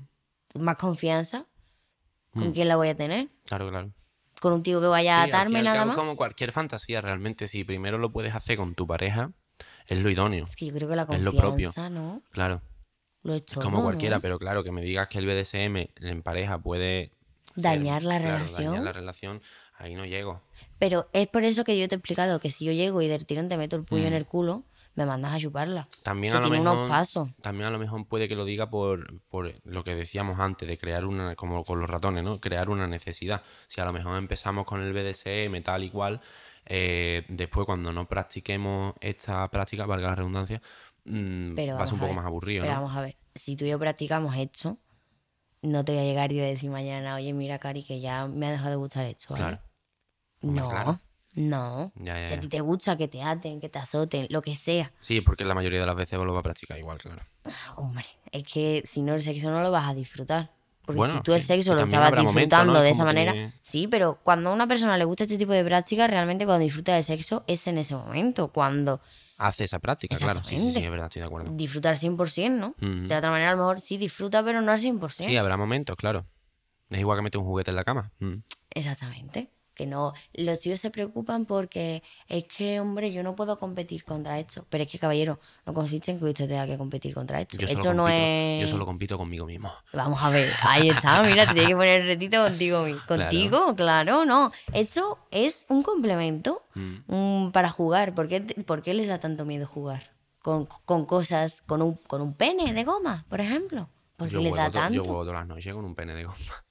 C: más confianza. ¿Con quién la voy a tener?
B: Claro, claro.
C: ¿Con un tío que vaya a
B: Sí, al fin y
C: atarme
B: al
C: nada
B: cabo,
C: más?
B: como cualquier fantasía, realmente, si primero lo puedes hacer con tu pareja, es lo idóneo.
C: Es que yo creo que la
B: Es
C: confianza,
B: lo propio.
C: ¿no?
B: Claro.
C: Lo he
B: Es
C: hecho.
B: como cualquiera, pero claro, que me digas que el BDSM en pareja puede. ser-
C: Dañar la
B: claro,
C: relación.
B: Dañar la relación, ahí no llego.
C: Pero es por eso que yo te he explicado que si yo llego y del tirón te meto el puño en el culo, me mandas a chuparla.
B: Mm. También
C: Que
B: a lo
C: tiene
B: mejor.
C: unos pasos.
B: También a lo mejor puede que lo diga por, por lo que decíamos antes, de crear una. Como con los ratones, ¿no? Crear una necesidad. Si a lo mejor empezamos con el BDSM tal y cual, eh, después cuando no practiquemos esta práctica, valga la redundancia, mm,
C: Pero
B: va a
C: vamos
B: ser un poco
C: ver,
B: más aburrido,
C: Pero
B: ¿no?
C: vamos a ver, si tú y yo practicamos esto, no te voy a llegar y voy a decir mañana, oye, mira, Cari, que ya me ha dejado de gustar esto. ¿vale?".
B: Claro. Hombre,
C: No,
B: claro. Eh.
C: no.
B: Ya, ya,
C: Si a
B: ya.
C: ti te gusta que te aten, que te azoten, lo que sea.
B: Sí, porque la mayoría de las veces lo va a practicar igual, claro.
C: Hombre, es que si no el sexo no lo vas a disfrutar. Porque
B: Bueno,
C: si tú el
B: sí,
C: sexo
B: y
C: lo
B: también
C: estabas
B: habrá momento,
C: disfrutando
B: ¿no? Es
C: de esa
B: como que-
C: manera, sí, pero cuando a una persona le gusta este tipo de prácticas, realmente cuando disfruta del sexo es en ese momento, cuando
B: Hace esa práctica, claro. Sí, sí, sí,
C: Exactamente.
B: es verdad, estoy de acuerdo.
C: disfruta al 100%, ¿no?
B: Ujú.
C: De otra manera, a lo mejor sí disfruta, pero no al 100%.
B: Sí, habrá momentos, claro. Mm. Es igual que meter un juguete en la cama. Mm.
C: Exactamente. Que no, los tíos se preocupan porque es que, hombre, yo no puedo competir contra esto. Pero es que, caballero, no consiste en que usted tenga que competir contra esto.
B: Yo,
C: esto
B: solo
C: no
B: compito,
C: es.
B: yo solo compito conmigo mismo.
C: Vamos a ver, ahí está, mira, te tienes que poner el retito contigo, mi- contigo, claro, no. Esto es un complemento mm, para jugar. ¿Por qué, te- por qué les da tanto miedo jugar? Con, con cosas, con un, con un pene de goma, por ejemplo. ¿Por qué
B: Yo
C: les
B: juego,
C: Pues da
B: to- yo
C: tanto? Ah.
B: juego todas las noches con un pene de goma.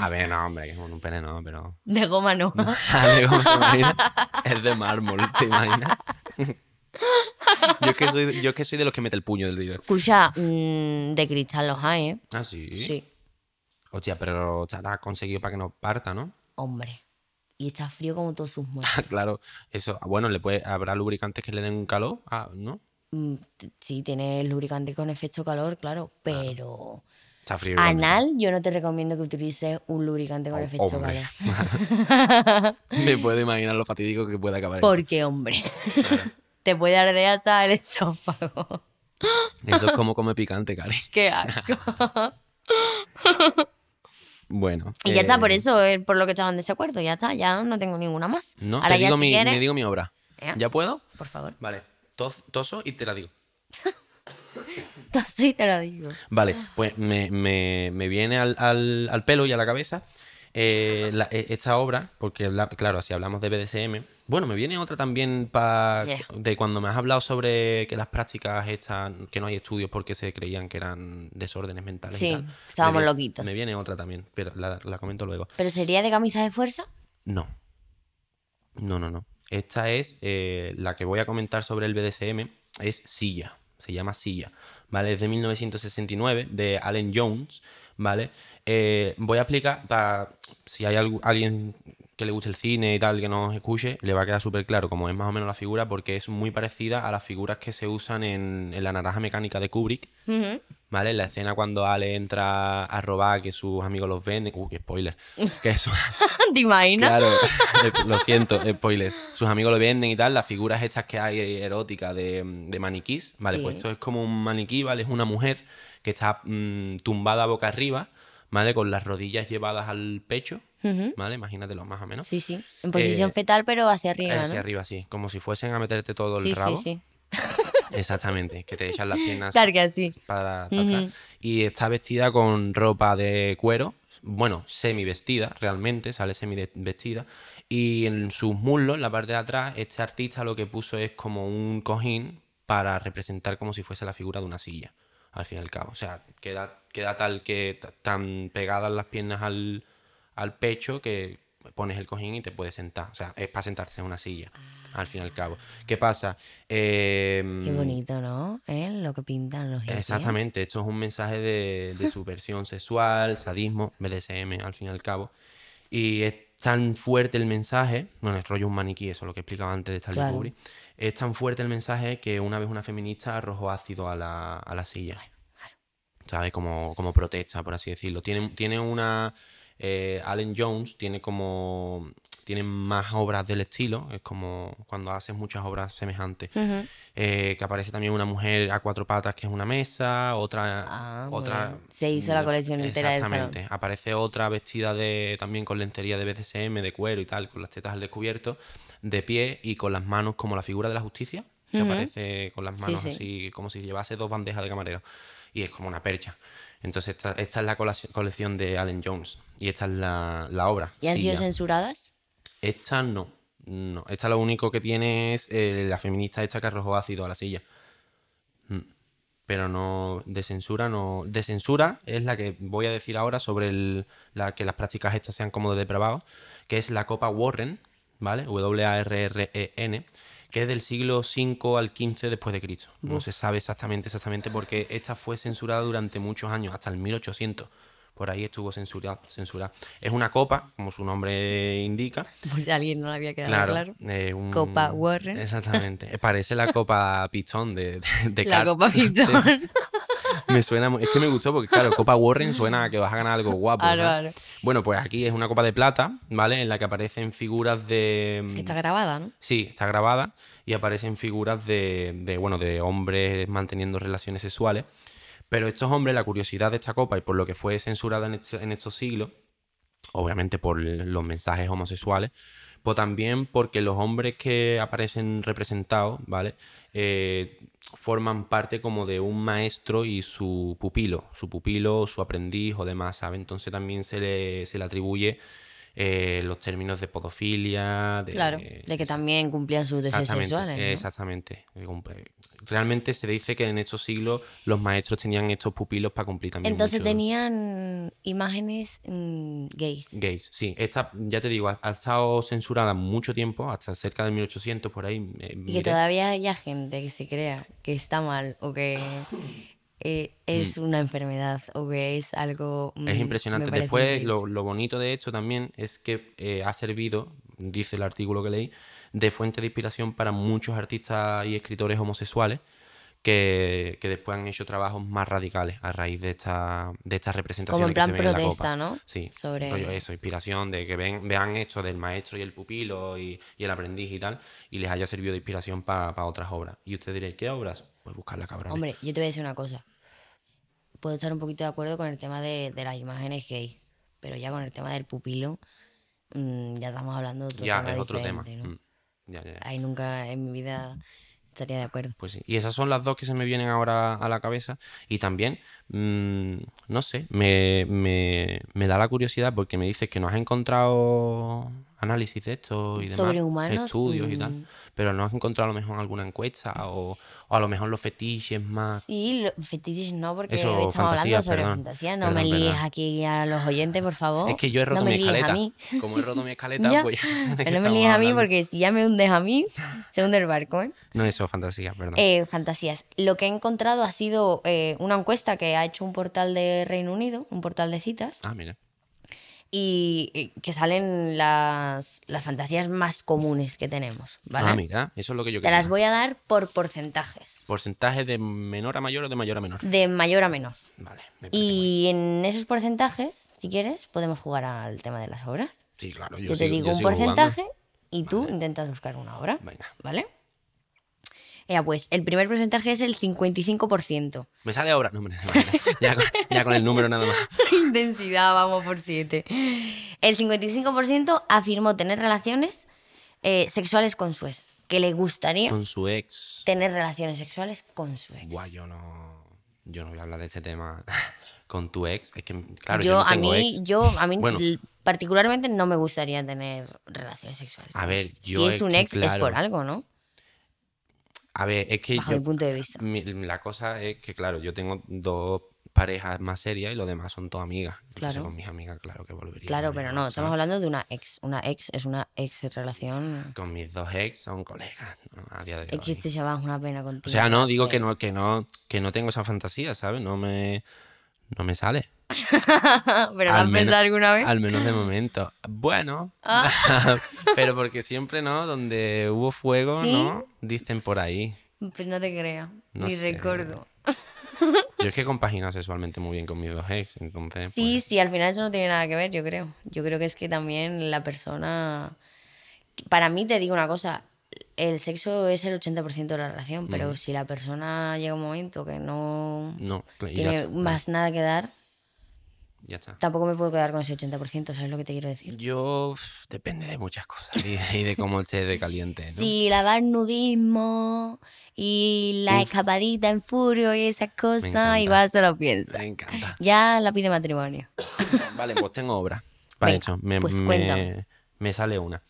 B: A ver, no, hombre, que con un pene no, pero.
C: De goma no.
B: De goma, ¿te imaginas? es de mármol, ¿te imaginas? yo, es que soy, yo es que soy de los que mete el puño del dedo.
C: Escucha, mm, de cristal los hay, ¿eh?
B: Ah, sí.
C: Sí,
B: Hostia, pero estará conseguido para que no parta, ¿no?
C: hombre. Y está frío como todos sus muertos.
B: Ah, claro, eso. ah, Bueno, le puede, habrá lubricantes que le den un calor, ah, ¿no?
C: Mm, t- Sí, tiene lubricante con efecto calor, claro, pero
B: Está frío. igualmente.
C: Anal, yo no te recomiendo que utilices un lubricante con
B: Oh,
C: efecto
B: hombre.
C: bala.
B: Me puedo imaginar lo fatídico que puede acabar eso.
C: Porque, hombre, te puede arder hasta el esófago.
B: Eso es como come picante, Cari.
C: Qué asco.
B: Bueno.
C: y ya está,
B: eh,
C: por eso es por lo que estaban en desacuerdo. Ya está, ya no tengo ninguna más.
B: No,
C: Ahora
B: te
C: ya
B: digo
C: si
B: mi,
C: quieres,
B: me digo mi obra.
C: Ya.
B: ¿Ya puedo?
C: por favor.
B: Vale. Tos- toso y te la digo.
C: Entonces sí te lo digo.
B: Vale,
C: Ah.
B: pues me, me- me viene al, al- al pelo y a la cabeza eh, la- e- esta obra, porque habla- claro, si hablamos de BDSM, bueno, me viene otra también pa-
C: Yeah.
B: de cuando me has hablado sobre que las prácticas estas, que no hay estudios porque se creían que eran desórdenes mentales. y
C: Sí,
B: tal. Me
C: estábamos
B: viene-
C: loquitos.
B: Me viene otra también, pero la, la comento luego.
C: Pero sería de camisa de fuerza.
B: No, no, no, no. Esta es eh, la que voy a comentar sobre el BDSM, es Silla, se llama Silla, ¿vale? Es de 1969, de Allen Jones, ¿vale? Eh, voy a explicar, para si hay algu- alguien que le guste el cine y tal, que nos escuche, le va a quedar súper claro cómo es más o menos la figura, porque es muy parecida a las figuras que se usan en, en la naranja mecánica de Kubrick,
C: Ujú.
B: ¿Vale? La escena cuando Ale entra a robar, que sus amigos los venden. Uh, qué spoiler. Que su-
C: ¿Te imaginas?
B: Claro, eh, lo siento, spoiler. Sus amigos lo venden y tal, las figuras estas que hay eróticas de, de maniquís, ¿vale?
C: Sí.
B: Pues esto es como un maniquí, ¿vale? Es una mujer que está mm, tumbada boca arriba, ¿vale? Con las rodillas llevadas al pecho,
C: Ujú.
B: ¿vale? Imagínatelo más o menos.
C: Sí, sí. En posición
B: Eh,
C: fetal, pero hacia arriba,
B: Hacia
C: ¿no?
B: arriba, sí. Como si fuesen a meterte todo el
C: sí,
B: rabo.
C: sí, sí.
B: Exactamente, que te echan las piernas
C: Targa, así.
B: para, para atrás.
C: Ujú.
B: Y está vestida con ropa de cuero, bueno, semi vestida, realmente, sale semi de- vestida. Y en sus muslos, en la parte de atrás, este artista lo que puso es como un cojín para representar como si fuese la figura de una silla, al fin y al cabo. O sea, queda, queda tal que t- tan pegadas las piernas al, al pecho que pones el cojín y te puedes sentar. O sea, es para sentarse en una silla, al fin y al cabo. ¿Qué pasa? Em,
C: Qué bonito, ¿no? ¿Eh? Lo que pintan los hippies.
B: Exactamente, esto es un mensaje de, de subversión sexual, sadismo, BDSM al fin y al cabo. Y es tan fuerte el mensaje, bueno, es rollo un maniquí, eso es lo que explicaba antes de Stanley
C: Claro.
B: Kubrick. Es tan fuerte el mensaje que una vez una feminista arrojó ácido a la, a la silla. ¿Sabes? Como, como protesta, por así decirlo. Tiene, tiene una. eh, Allen Jones tiene como. Tiene más obras del estilo. Es como cuando haces muchas obras semejantes
C: Ujú.
B: eh, que aparece también una mujer a cuatro patas que es una mesa, otra...
C: Ah,
B: otra mm,
C: bueno. Se hizo la colección entera del salón.
B: Exactamente. Aparece otra vestida de también con lencería de BDSM, de cuero y tal, con las tetas al descubierto, de pie y con las manos como la figura de la justicia, que
C: Ujú.
B: aparece con las manos
C: sí.
B: así, como si llevase dos bandejas de camarero. Y es como una percha. Entonces esta, esta es la colac- colección de Allen Jones y esta es la, la obra.
C: ¿Y han
B: Sí,
C: sido
B: ya.
C: censuradas?
B: Esta no. No. Esta lo único que tiene es eh, la feminista esta que arrojó ácido a la silla. Mm. Pero no. De censura no. De censura es la que voy a decir ahora sobre el- la que las prácticas estas sean como de depravados, que es la Copa Warren, ¿vale? W-A-R-R-E-N, E que es del siglo V al XV después de Cristo. No se sabe exactamente, exactamente, porque esta fue censurada durante muchos años, hasta el 1800. Por ahí estuvo censurada. censurada. Es una copa, como su nombre indica,
C: Por si a Pues alguien no le había quedado
B: Claro.
C: claro.
B: eh, un-
C: Copa Warren.
B: Exactamente. Eh, Parece la copa Pitón de, de, de
C: La
B: Cars. Este,
C: copa pitón.
B: Me suena, mu- es que me gustó porque, claro, Copa Warren suena a que vas a ganar algo guapo.
C: Claro,
B: ¿sabes?
C: claro.
B: Bueno, pues aquí es una copa de plata, ¿vale? En la que aparecen figuras de. mm,
C: que está grabada, ¿no?
B: Sí, está grabada y aparecen figuras de, de, bueno, de hombres manteniendo relaciones sexuales. Pero estos hombres, la curiosidad de esta copa y por lo que fue censurada en, este- en estos siglos, obviamente por l- los mensajes homosexuales, pues también porque los hombres que aparecen representados, ¿vale? Eh, forman parte como de un maestro y su pupilo, su pupilo, su aprendiz o demás, ¿sabes? Entonces también se le, se le atribuye eh, los términos de podofilia, de,
C: Claro. De que también cumplían sus deseos
B: Exactamente,
C: sexuales. ¿no?
B: Exactamente. Digo, pues, Realmente se dice que en estos siglos los maestros tenían estos pupilos para cumplir también.
C: Entonces
B: muchos
C: tenían imágenes mm, gays.
B: Gays, sí. Esta, ya te digo, ha, ha estado censurada mucho tiempo, hasta cerca de 1800, por ahí. eh,
C: Y
B: miré.
C: que todavía haya gente que se crea que está mal o que eh, es una enfermedad o que es algo... mm,
B: Mm. Es
C: me
B: impresionante.
C: parece
B: Después,
C: increíble.
B: lo, lo bonito de esto también es que eh, ha servido, dice el artículo que leí, de fuente de inspiración para muchos artistas y escritores homosexuales que, que después han hecho trabajos más radicales a raíz de esta, de estas representaciones
C: Como en
B: que se
C: plan
B: ven en la
C: protesta,
B: Copa.
C: ¿no?
B: Sí,
C: Sobre-
B: rollo eso, inspiración de que ven, vean esto del maestro y el pupilo y, y el aprendiz y tal, y les haya servido de inspiración para otras obras. Y usted dirá, ¿qué obras? Pues buscarla, cabrón.
C: Hombre, yo te voy a decir una cosa. Puedo estar un poquito de acuerdo con el tema de, de las imágenes gay, pero ya con el tema del pupilo, mm, ya estamos hablando de otro
B: ya,
C: tema.
B: es otro tema.
C: diferente, ¿no?
B: Mm. Ya, ya, ya.
C: Ahí nunca en mi vida estaría de acuerdo.
B: Pues sí. Y esas son las dos que se me vienen ahora a la cabeza. Y también, mm, no sé, me, me- me da la curiosidad porque me dices que no has encontrado análisis de esto y demás,
C: Sobre humanos,
B: estudios y
C: mm.
B: tal, pero no has encontrado a lo mejor alguna encuesta o, o a lo mejor los fetiches más.
C: Sí, lo- fetiches no, porque
B: Ah. Eso,
C: estamos hablando
B: fantasías,
C: sobre
B: perdón.
C: fantasía. No me
B: Perdón,
C: líes
B: perdón.
C: aquí a los oyentes, por favor.
B: Es que yo he roto
C: no me
B: mi
C: líes
B: escaleta.
C: A mí.
B: Como he roto mi escaleta,
C: Ya,
B: pues ya sé de qué
C: Pero no me
B: estamos
C: líes a mí
B: hablando.
C: porque si ya me hundes a mí, se hunde el barco, ¿eh?
B: No, eso, fantasía, perdón.
C: Eh, fantasías. Lo que he encontrado ha sido eh, una encuesta que ha hecho un portal de Reino Unido, un portal de citas,
B: Ah, mira.
C: y, y que salen las, las fantasías más comunes que tenemos, ¿vale?
B: Ah, mira, eso es lo que yo
C: Te las
B: quería.
C: voy a dar por porcentajes,
B: Porcentaje de menor a mayor o de mayor a menor.
C: de mayor a menor.
B: Vale. me parece guay.
C: Y en esos porcentajes, si quieres, podemos jugar al tema de las obras.
B: Sí, claro, yo,
C: Yo, te
B: sigo-
C: digo
B: yo
C: un
B: sigo jugando.
C: porcentaje y tú intentas buscar una obra,
B: Venga.
C: ¿vale? Ya, pues el primer porcentaje es el 55%.
B: Me sale ahora. No, hombre, ya, con, ya con el número nada más.
C: Intensidad, vamos por 7. El 55% afirmó tener relaciones eh, sexuales con su ex, que le gustaría
B: Con su ex.
C: tener relaciones sexuales con su ex.
B: Guau, yo no. Yo no voy a hablar de este tema. Con tu ex. Es que, claro, yo,
C: yo,
B: no
C: a
B: tengo
C: mí,
B: ex.
C: yo, a mí
B: Bueno.
C: l- particularmente no me gustaría tener relaciones sexuales.
B: A
C: con
B: ver,
C: mi ex.
B: yo
C: Si es
B: es
C: un
B: que,
C: ex, es
B: claro.
C: por algo, ¿no?
B: A ver, es que
C: Bajo
B: yo-
C: mi punto de vista.
B: mi- la cosa es que, claro, yo tengo dos parejas más serias y los demás son todas amigas. Entonces,
C: Claro.
B: Con mis amigas, claro que volvería.
C: Claro,
B: con
C: pero
B: ellas,
C: no, estamos
B: ¿sabes?
C: hablando de una ex. Una ex es una ex relación.
B: Con mis dos ex son colegas ¿no? a día de hoy.
C: Es que te llevas una pena contigo.
B: O sea, no, digo que no, que no, que no tengo esa fantasía, ¿sabes? No me, no me sale.
C: pero lo has
B: menos-
C: pensado alguna vez. Ah.
B: Al menos de momento. Bueno, pero porque siempre, ¿no? Donde hubo fuego,
C: Sí.
B: ¿no? Dicen por ahí.
C: Pues no te creas,
B: No
C: ni
B: sé.
C: recuerdo.
B: Yo es que compagino sexualmente muy bien con mis dos ex, entonces.
C: Sí,
B: pues,
C: sí, al final eso no tiene nada que ver, yo creo. Yo creo que es que también la persona... Para mí te digo una cosa, el sexo es el 80% de la relación, pero si la persona llega un momento que no
B: no, y ya
C: tiene
B: está. pues,
C: más nada que dar,
B: Ya está.
C: tampoco me puedo quedar con ese 80%, ¿sabes lo que te quiero decir?
B: Yo pf, depende de muchas cosas y de, y de cómo se de caliente, ¿no?
C: Sí, lavar nudismo y la escapadita en furio y esas cosas,
B: encanta.
C: igual se lo piensa.
B: Me encanta.
C: Ya la pide matrimonio.
B: Vale, pues tengo obra. Vale,
C: Venga,
B: hecho. Me,
C: pues
B: me-
C: cuéntame.
B: me sale una.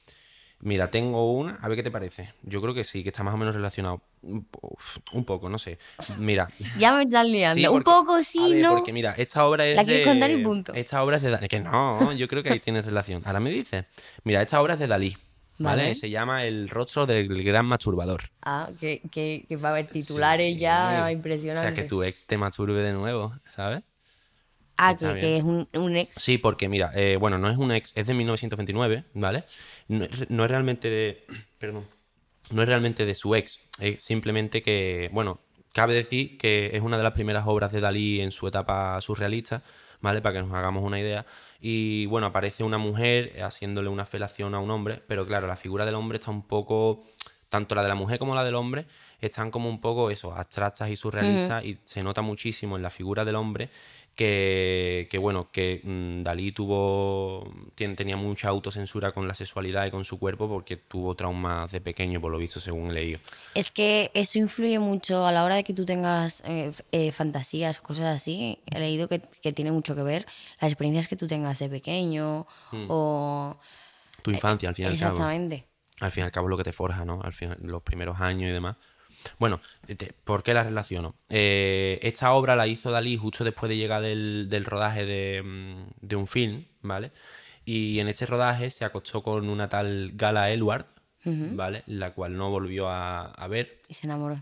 B: Mira, tengo una. A ver qué te parece. Yo creo que sí, que está más o menos relacionado. Un po- uf, un poco, no sé. Mira.
C: Ya me están liando.
B: Sí,
C: Un
B: porque-
C: poco
B: a
C: sí,
B: ver,
C: ¿no?
B: Porque mira, esta obra es
C: La
B: de.
C: quieres contar y punto.
B: Esta obra es de Dalí. Que no, yo creo que ahí tienes relación. Ahora me dices. Mira, esta obra es de Dalí. ¿Vale?
C: Vale.
B: Se llama El rostro del gran masturbador.
C: Ah, que, que, que va a haber titulares ya
B: Sí.
C: impresionantes.
B: O sea, que tu ex te masturbe de nuevo, ¿sabes?
C: Ah,
B: Está
C: que,
B: bien.
C: que es un, un ex.
B: Sí, porque mira, eh, bueno, no es un ex, es de 1929, ¿vale? No, es- no es realmente de. Perdón. No es realmente de su ex, es simplemente que, bueno, cabe decir que es una de las primeras obras de Dalí en su etapa surrealista, ¿vale? Para que nos hagamos una idea. Y bueno, aparece una mujer haciéndole una felación a un hombre, pero claro, la figura del hombre está un poco. Tanto la de la mujer como la del hombre están como un poco eso, abstractas y surrealistas, y se nota muchísimo en la figura del hombre que, que, bueno, que mm, Dalí tuvo, tien- tenía mucha autocensura con la sexualidad y con su cuerpo porque tuvo traumas de pequeño, por lo visto, según he leído.
C: Es que eso influye mucho a la hora de que tú tengas eh, f- eh, fantasías, cosas así. He leído que, que tiene mucho que ver las experiencias que tú tengas de pequeño o...
B: Tu infancia, al fin Hmm. y al cabo.
C: Exactamente.
B: Al fin y al cabo es lo que te forja, ¿no? Al final, los primeros años y demás. Bueno, te- ¿por qué la relaciono? Eh, esta obra la hizo Dalí justo después de llegar del, del rodaje de, mm, de un film, ¿vale? Y en este rodaje se acostó con una tal Gala Elward, ¿vale? La cual no volvió a- a ver,
C: Y se enamoró.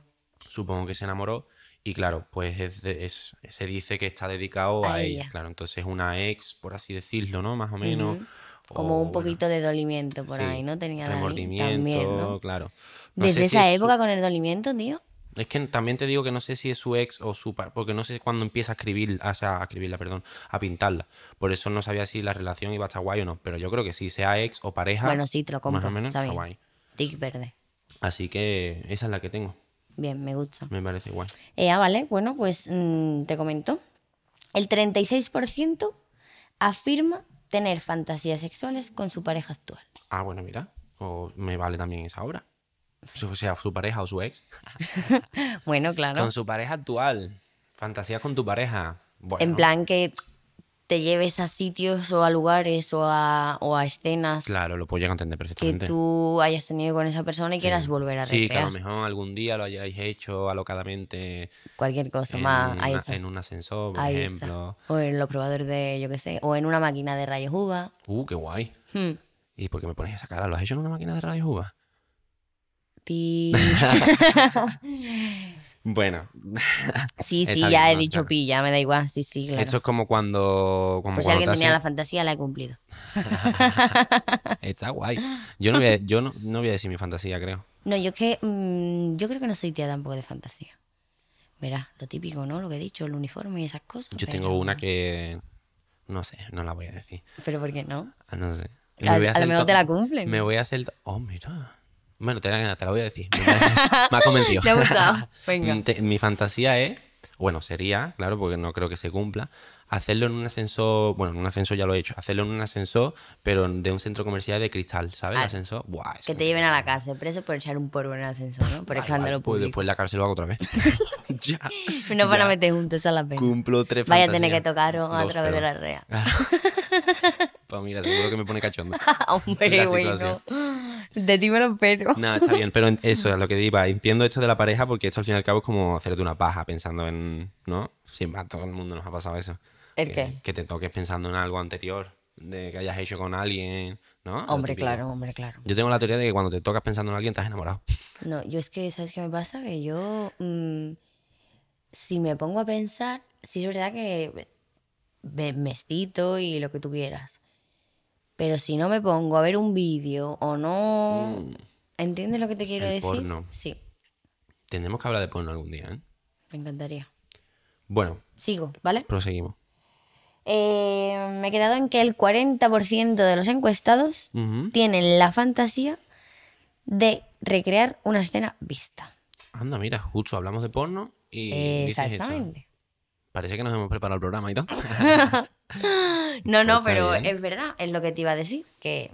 B: supongo que se enamoró y claro, pues es de- es- se dice que está dedicado a,
C: A
B: ella.
C: ella.
B: Claro, entonces una ex, por así decirlo, ¿no? Más o menos. o,
C: Como un
B: Oh, bueno,
C: poquito de dolimiento por
B: sí,
C: ahí, ¿no? Tenía Dalí
B: remordimiento,
C: también, ¿no?
B: claro. No
C: Desde
B: sé si
C: esa
B: es su-
C: época con el dolimiento, tío.
B: Es que también te digo que no sé si es su ex o su par, porque no sé cuándo empieza a escribir, o sea, a escribirla, perdón, a pintarla. Por eso no sabía si la relación iba a estar guay o no, pero yo creo que sí, sea ex o pareja.
C: Bueno, sí, te lo compro.
B: Más o menos está
C: está bien.
B: guay.
C: Tic verde.
B: Así que esa es la que tengo.
C: Bien, me gusta.
B: Me parece guay.
C: Eh, ah, vale, bueno, pues mm, te comento. El 36% afirma tener fantasías sexuales con su pareja actual.
B: Ah, bueno, mira. O me vale también esa obra. O sea, su pareja o su ex.
C: Bueno, claro.
B: Con su pareja actual. Fantasías con tu pareja. Bueno,
C: En plan que te lleves a sitios o a lugares o a, o a escenas
B: Claro, lo puedo llegar a entender
C: que
B: perfectamente.
C: tú hayas tenido con esa persona y quieras volver a
B: Sí, que a
C: recrear.
B: lo mejor algún día lo hayáis hecho alocadamente
C: Cualquier cosa
B: en,
C: Pues más.
B: una-
C: ahí está.
B: en un ascensor, por
C: Ahí está.
B: ejemplo.
C: O en los probadores de, yo qué sé, o en una máquina de rayos uva.
B: Uh, qué guay.
C: Hmm.
B: ¿Y por qué me pones esa cara? ¿Lo has hecho en una máquina de rayos uva?
C: Pi.
B: Bueno,
C: Sí, sí,
B: Está
C: ya
B: bien,
C: he
B: ¿no?
C: dicho
B: Claro.
C: pi, ya me da igual. Sí, sí, claro.
B: esto es como cuando... Como
C: Por si
B: cuando
C: alguien
B: te
C: tenía la
B: hacen-
C: fantasía, la he cumplido.
B: Está guay. Yo no voy a, yo no, no voy a decir mi fantasía, creo.
C: No, yo es que. mm, yo creo que no soy tía tampoco de fantasía. Verás, lo típico, ¿no? Lo que he dicho, el uniforme y esas cosas.
B: Yo
C: pero-
B: tengo una que... No sé, no la voy a decir.
C: Pero ¿por qué no?
B: Ah, No sé.
C: A-
B: voy
C: a lo
B: hacer
C: mejor
B: to-
C: te la cumplen.
B: Me voy a hacer... to- Oh, mira. Bueno, te la, te la voy a decir. Me ha- me ha convencido.
C: Te ha gustado. Venga.
B: Mm, te- mi fantasía es, bueno, sería, claro, porque no creo que se cumpla, hacerlo en un ascensor, bueno, en un ascensor ya lo he hecho, hacerlo en un ascensor, pero de un centro comercial de cristal, ¿sabes? El
C: Ah,
B: ascensor, buah, eso
C: Que
B: me
C: te lleven
B: encanta.
C: a la cárcel preso por echar un polvo en el ascensor, ¿no? Por
B: Da
C: escándalo
B: igual, pues
C: público.
B: después la cárcel lo hago otra vez. ya.
C: Nos van a
B: ya.
C: meter juntos a la pena.
B: Cumplo tres
C: Vaya a
B: fantasías.
C: tener que tocar a
B: Dos,
C: través de
B: perdón.
C: la rea.
B: Pues mira, seguro que me pone cachondo.
C: Hombre,
B: La
C: güey, no.
B: situación.
C: De ti me lo espero.
B: No, está bien, pero en- eso es lo que iba. Entiendo esto de la pareja porque esto al fin y al cabo es como hacerte una paja pensando en. ¿No? Sí, a todo el mundo nos ha pasado eso.
C: ¿El
B: que,
C: qué?
B: Que te toques pensando en algo anterior, de que hayas hecho con alguien, ¿no? Lo
C: Hombre,
B: típico.
C: claro, hombre, claro.
B: Yo tengo la teoría de que cuando te tocas pensando en alguien estás enamorado.
C: No, yo es que, ¿sabes qué me pasa? Que yo, mm, si me pongo a pensar, sí es verdad que me, me excito y lo que tú quieras. Pero si no me pongo a ver un vídeo o no... ¿Entiendes lo que te quiero
B: Mm. El
C: decir?
B: porno.
C: Sí,
B: Tendremos que hablar de porno algún día, ¿eh?
C: me encantaría.
B: Bueno,
C: Sigo, ¿vale?
B: proseguimos.
C: Eh, me he quedado en que el 40% de los encuestados
B: Ujú.
C: tienen la fantasía de recrear una escena vista.
B: Anda, mira, justo hablamos de porno y. dices eso.
C: Exactamente.
B: Parece que nos hemos preparado el programa y todo.
C: No,
B: Pues
C: no,
B: está
C: pero
B: bien.
C: es verdad, es lo que te iba a decir, que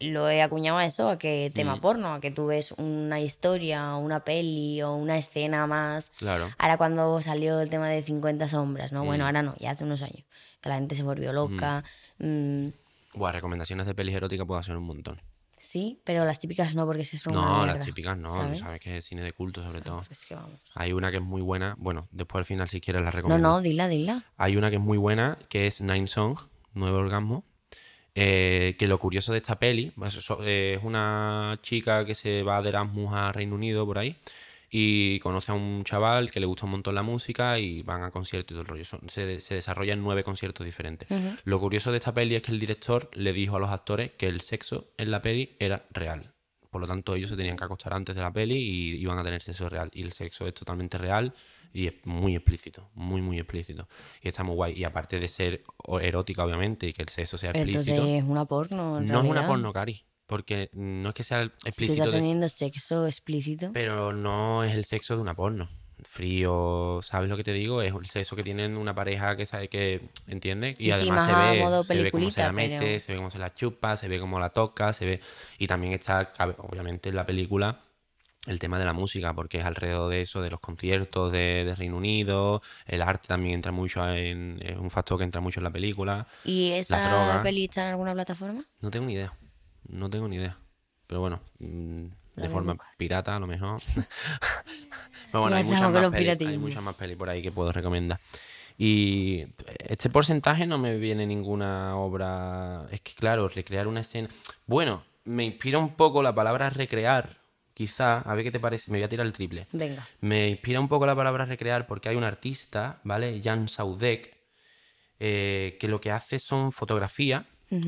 C: lo he acuñado a eso, a que
B: Mm.
C: tema porno, a que tú ves una historia, una peli o una escena más.
B: claro.
C: Ahora cuando salió el tema de 50 sombras, ¿no? Bueno,
B: Mm.
C: ahora no, ya hace unos años, que la gente se volvió loca. mm,
B: Buah, recomendaciones de pelis eróticas puedo hacer un montón.
C: sí, pero las típicas no, porque sí son una
B: No, las
C: mierda,
B: típicas no,
C: ¿sabes? Pues
B: sabes que es cine de culto sobre todo.
C: Es que vamos.
B: Hay una que es muy buena, bueno, después al final si quieres la
C: No,
B: recomiendo.
C: no, dila, dila.
B: Hay una que es muy buena, que es Nine Song, Nuevo Orgasmo. eh, que lo curioso de esta peli pues, so- eh, es una chica que se va de Erasmus a Reino Unido por ahí y conoce a un chaval que le gusta un montón la música y van a conciertos y todo el rollo. Son- se, de- se desarrollan nueve conciertos diferentes. Lo curioso de esta peli es que el director le dijo a los actores que el sexo en la peli era real. Por lo tanto, ellos se tenían que acostar antes de la peli y iban a tener sexo real. Y el sexo es totalmente real y es muy explícito, muy, muy explícito. Y está muy guay. Y aparte de ser o- erótica, obviamente, y que el sexo sea
C: Pero
B: explícito,
C: entonces es una porno. en
B: no es una
C: realidad.
B: porno, Cari. Porque no es que sea
C: Si tú
B: explícito,
C: estás
B: de-
C: teniendo sexo explícito.
B: pero no es el sexo de una porno. Frío, ¿sabes lo que te digo? Es el sexo que tienen una pareja que sabe que entiende.
C: Sí,
B: y
C: sí,
B: además
C: más
B: se,
C: a
B: ve,
C: modo
B: se ve cómo se la
C: peliculita,
B: mete,
C: pero-
B: se ve cómo se la chupa, se ve cómo la toca, se ve. Y también está, cabe- obviamente, en la película el tema de la música, porque es alrededor de eso, de los conciertos de, de Reino Unido. El arte también entra mucho en. Es un factor que entra mucho en la película.
C: ¿Y esa
B: droga.
C: peli está en alguna plataforma?
B: No tengo ni idea. No tengo ni idea. Pero bueno, mm,
C: La
B: de
C: voy a
B: forma
C: buscar.
B: pirata a lo mejor. Pero bueno,
C: Ya
B: hay muchas,
C: estamos con
B: más
C: los
B: pelis, hay
C: piratillos.
B: muchas más pelis por ahí que puedo recomendar. Y este porcentaje no me viene ninguna obra. Es que, claro, recrear una escena. Bueno, me inspira un poco la palabra recrear. Quizá, a ver qué te parece. Me voy a tirar el triple.
C: Venga.
B: Me inspira un poco la palabra recrear porque hay un artista, ¿vale? Jan Saudek, eh, que lo que hace son fotografía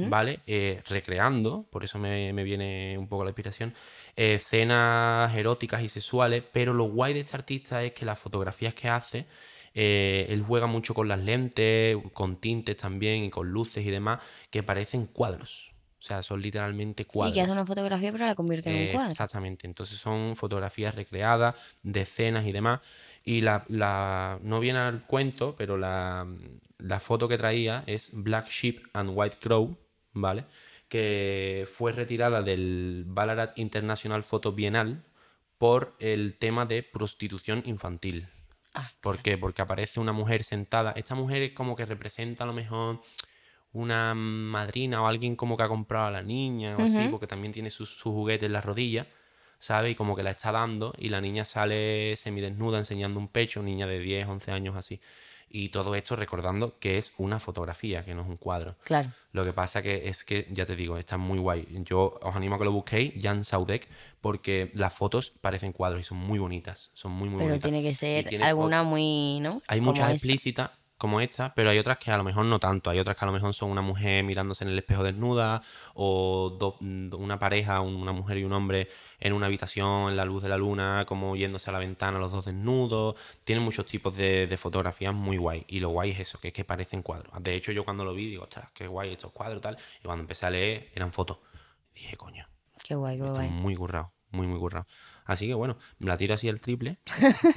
B: ¿vale? Eh, recreando, por eso me, me viene un poco la inspiración, eh, escenas eróticas y sexuales, pero lo guay de este artista es que las fotografías que hace, eh, él juega mucho con las lentes, con tintes también y con luces y demás, que parecen cuadros. O sea, son literalmente cuadros.
C: Sí, que hace una fotografía pero la convierte en un cuadro.
B: Exactamente. Entonces son fotografías recreadas, de escenas y demás. Y la, la- no viene al cuento, pero la, la foto que traía es Black Sheep and White Crow, ¿vale? Que fue retirada del Ballarat International Photo Bienal por el tema de prostitución infantil.
C: Ah,
B: ¿Por qué? Porque aparece una mujer sentada. Esta mujer es como que representa a lo mejor una madrina o alguien como que ha comprado a la niña o así, porque también tiene sus su juguete en las rodillas, ¿sabes? Y como que la está dando y la niña sale semidesnuda enseñando un pecho, niña de 10, 11 años así. Y todo esto recordando que es una fotografía, que no es un cuadro.
C: Claro.
B: Lo que pasa que es que, ya te digo, está muy guay. Yo os animo a que lo busquéis, Jan Saudek, porque las fotos parecen cuadros y son muy bonitas. Son muy, muy
C: pero
B: bonitas.
C: tiene que
B: Y
C: ser
B: tiene
C: alguna muy, ¿no?
B: hay
C: Como
B: muchas
C: esa.
B: explícitas como esta, pero hay otras que a lo mejor no tanto. Hay otras que a lo mejor son una mujer mirándose en el espejo desnuda o do- mm, una pareja, un- una mujer y un hombre en una habitación en la luz de la luna, como yéndose a la ventana los dos desnudos. Tienen muchos tipos de, de fotografías muy guay. Y lo guay es eso, que es que parecen cuadros. De hecho, yo cuando lo vi digo, ostras, qué guay estos cuadros tal. Y cuando empecé a leer eran fotos. Dije, coño,
C: Qué guay, qué
B: esto
C: guay.
B: es muy currado, muy, muy currado. Así que bueno, me la tiro así el triple.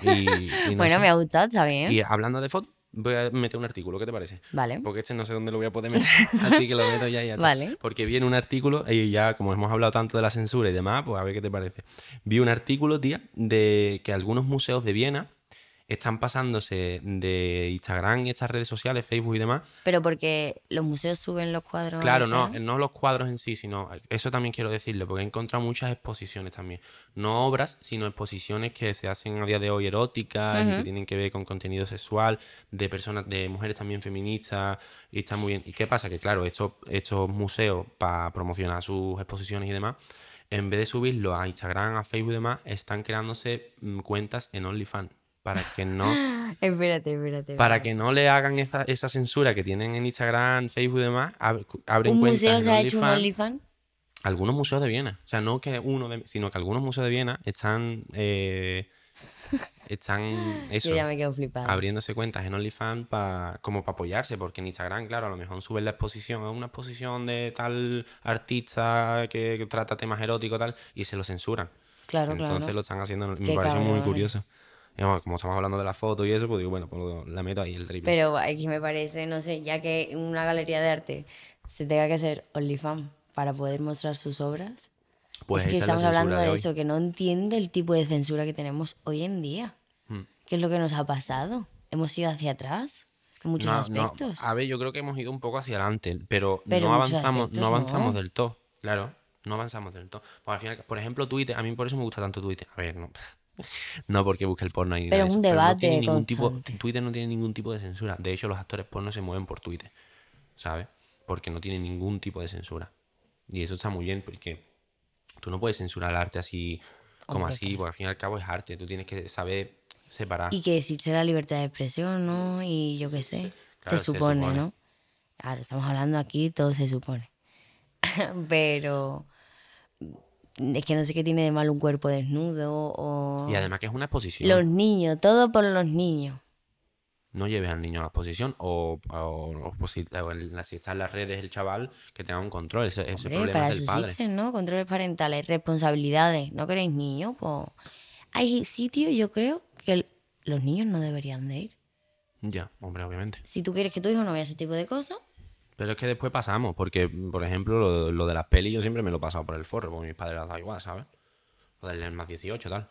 B: Y, y no
C: bueno,
B: sé.
C: me ha gustado, está bien.
B: Y hablando de fotos, voy a meter un artículo, ¿qué te parece?
C: Vale.
B: Porque este no sé dónde lo voy a poder meter, así que lo meto ya y ya. está.
C: Vale.
B: Porque viene un artículo, y ya como hemos hablado tanto de la censura y demás, pues a ver qué te parece. Vi un artículo, tía, de que algunos museos de Viena están pasándose de Instagram y estas redes sociales, Facebook y demás,
C: Pero porque los museos suben los cuadros.
B: Claro, no,
C: ¿sabes?
B: no los cuadros en sí, sino eh, eso también quiero decirlo, porque he encontrado muchas exposiciones también. No obras, sino exposiciones que se hacen a día de hoy eróticas y que
C: Ujú.
B: tienen que ver con contenido sexual, de personas, de mujeres también feministas, y está muy bien. ¿Y qué pasa? Que claro, estos, estos museos, para promocionar sus exposiciones y demás, en vez de subirlo a Instagram, a Facebook y demás, están creándose mm, cuentas en OnlyFans para que no
C: Ah, Espérate, espérate.
B: para
C: espérate.
B: que no le hagan esa, esa censura que tienen en Instagram, Facebook y demás, ab- abren
C: ¿Un
B: cuentas
C: museo
B: en
C: se ha hecho un
B: OnlyFans.
C: OnlyFans?
B: Algunos museos de Viena. O sea, no que uno de, sino que algunos museos de Viena están eh, están eso,
C: Yo ya me quedo flipada.
B: abriéndose cuentas en OnlyFans pa- como para apoyarse, porque en Instagram, claro, a lo mejor suben la exposición, a una exposición de tal artista que, que trata temas eróticos tal, y se lo censuran.
C: Claro, claro.
B: Entonces lo están haciendo, me
C: Qué
B: parece muy
C: cabrones.
B: curioso. Y, bueno, como estamos hablando de la foto y eso, pues digo, bueno, pues lo- la meto ahí el triple.
C: Pero aquí me parece, no sé, ya que una galería de arte se tenga que hacer OnlyFans para poder mostrar sus obras.
B: Pues
C: es que
B: esa es la
C: estamos
B: censura
C: hablando de,
B: hoy.
C: eso, que no entiende el tipo de censura que tenemos hoy en día.
B: Mm.
C: ¿Qué es lo que nos ha pasado? Hemos ido hacia atrás en muchos
B: No, Ah. no,
C: aspectos.
B: A ver, yo creo que hemos ido un poco hacia adelante, pero,
C: Pero
B: no
C: muchos
B: avanzamos, no
C: aspectos
B: avanzamos
C: no.
B: del todo. Claro, no avanzamos del todo. Pues al final, por ejemplo, Twitter, a mí por eso me gusta tanto Twitter. A ver, no. No porque busque el porno ahí. ni
C: Pero
B: nada de
C: es un
B: eso, no
C: debate
B: tiene ningún tipo,
C: constante.
B: Twitter no tiene ningún tipo de censura. De hecho, los actores porno se mueven por Twitter, ¿sabes? Porque no tiene ningún tipo de censura. Y eso está muy bien porque tú no puedes censurar el arte así como
C: Hombre,
B: así, porque al fin y al cabo es arte. Tú tienes que saber separar.
C: Y que existe la libertad de expresión, ¿no? Y yo qué sé.
B: Claro,
C: se,
B: se
C: supone,
B: supone.
C: ¿no? Claro, estamos hablando aquí, todo se supone. Pero es que no sé qué tiene de mal un cuerpo desnudo o...
B: Y además que es una exposición.
C: Los niños, todo por los niños.
B: no lleves al niño a la exposición o, o, o posi- o en la- si está en las redes el chaval que tenga un control. Ese, ese
C: Hombre,
B: problema
C: para
B: es del
C: eso
B: padre.
C: existen, ¿no? Controles parentales, responsabilidades. ¿No queréis niños? Pues hay sitios, yo creo, que el- los niños no deberían de ir.
B: Ya, hombre, obviamente.
C: Si tú quieres que tu hijo no vea ese tipo de cosas,
B: Pero es que después pasamos, porque, por ejemplo, lo, lo de las pelis yo siempre me lo he pasado por el forro, porque mis padres las da igual, ¿sabes? O del más 18, tal.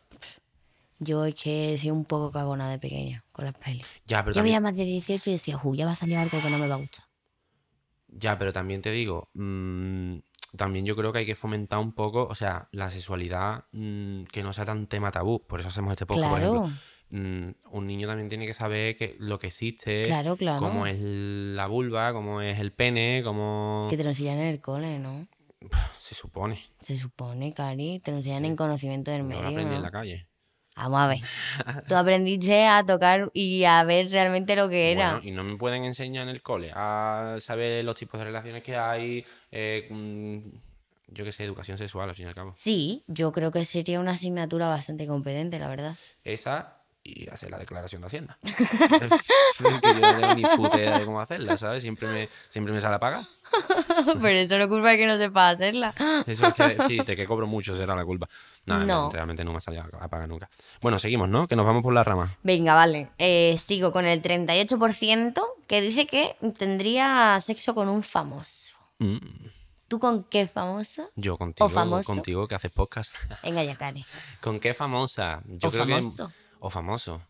C: yo es que he sido un poco cagona de pequeña con las pelis.
B: Ya, pero
C: Yo
B: también,
C: veía más de 18 y decía, uy, ya va a salir algo que no me va a gustar.
B: Ya, pero también te digo, mm, también yo creo que hay que fomentar un poco, o sea, la sexualidad mm, que no sea tan tema tabú. Por eso hacemos este podcast, por
C: Claro.
B: ejemplo. Mm, un niño también tiene que saber que lo que existe,
C: Claro, claro.
B: cómo es la vulva, cómo es el pene, cómo
C: Es que te lo enseñan en el cole, ¿no?
B: se supone.
C: Se supone, Cari, te lo enseñan en conocimiento del
B: No lo
C: medio.
B: aprendí en
C: ¿no?
B: la calle.
C: Vamos a ver. Tú aprendiste a tocar y a ver realmente lo que era.
B: Bueno, y no me pueden enseñar en el cole a saber los tipos de relaciones que hay, eh, mm, yo qué sé, educación sexual, al fin y al cabo.
C: Sí, yo creo que sería una asignatura bastante competente, la verdad.
B: Esa y hacer la declaración de Hacienda. que yo no tengo ni puta idea de cómo hacerla, ¿sabes? Siempre me, siempre me sale a pagar.
C: Pero eso no culpa de que no sepa hacerla.
B: Eso es que decirte que cobro mucho será la culpa. Nada,
C: No.
B: no. realmente no me ha salido a pagar nunca. Bueno, seguimos, ¿no? Que nos vamos por la rama.
C: Venga, vale. Eh, sigo con el 38% que dice que tendría sexo con un famoso.
B: Mm.
C: ¿Tú con qué famoso?
B: Yo contigo,
C: O famoso.
B: contigo que haces podcast.
C: Venga, ya, Karen.
B: ¿Con qué famosa? Yo
C: O
B: creo
C: famoso.
B: que o famoso.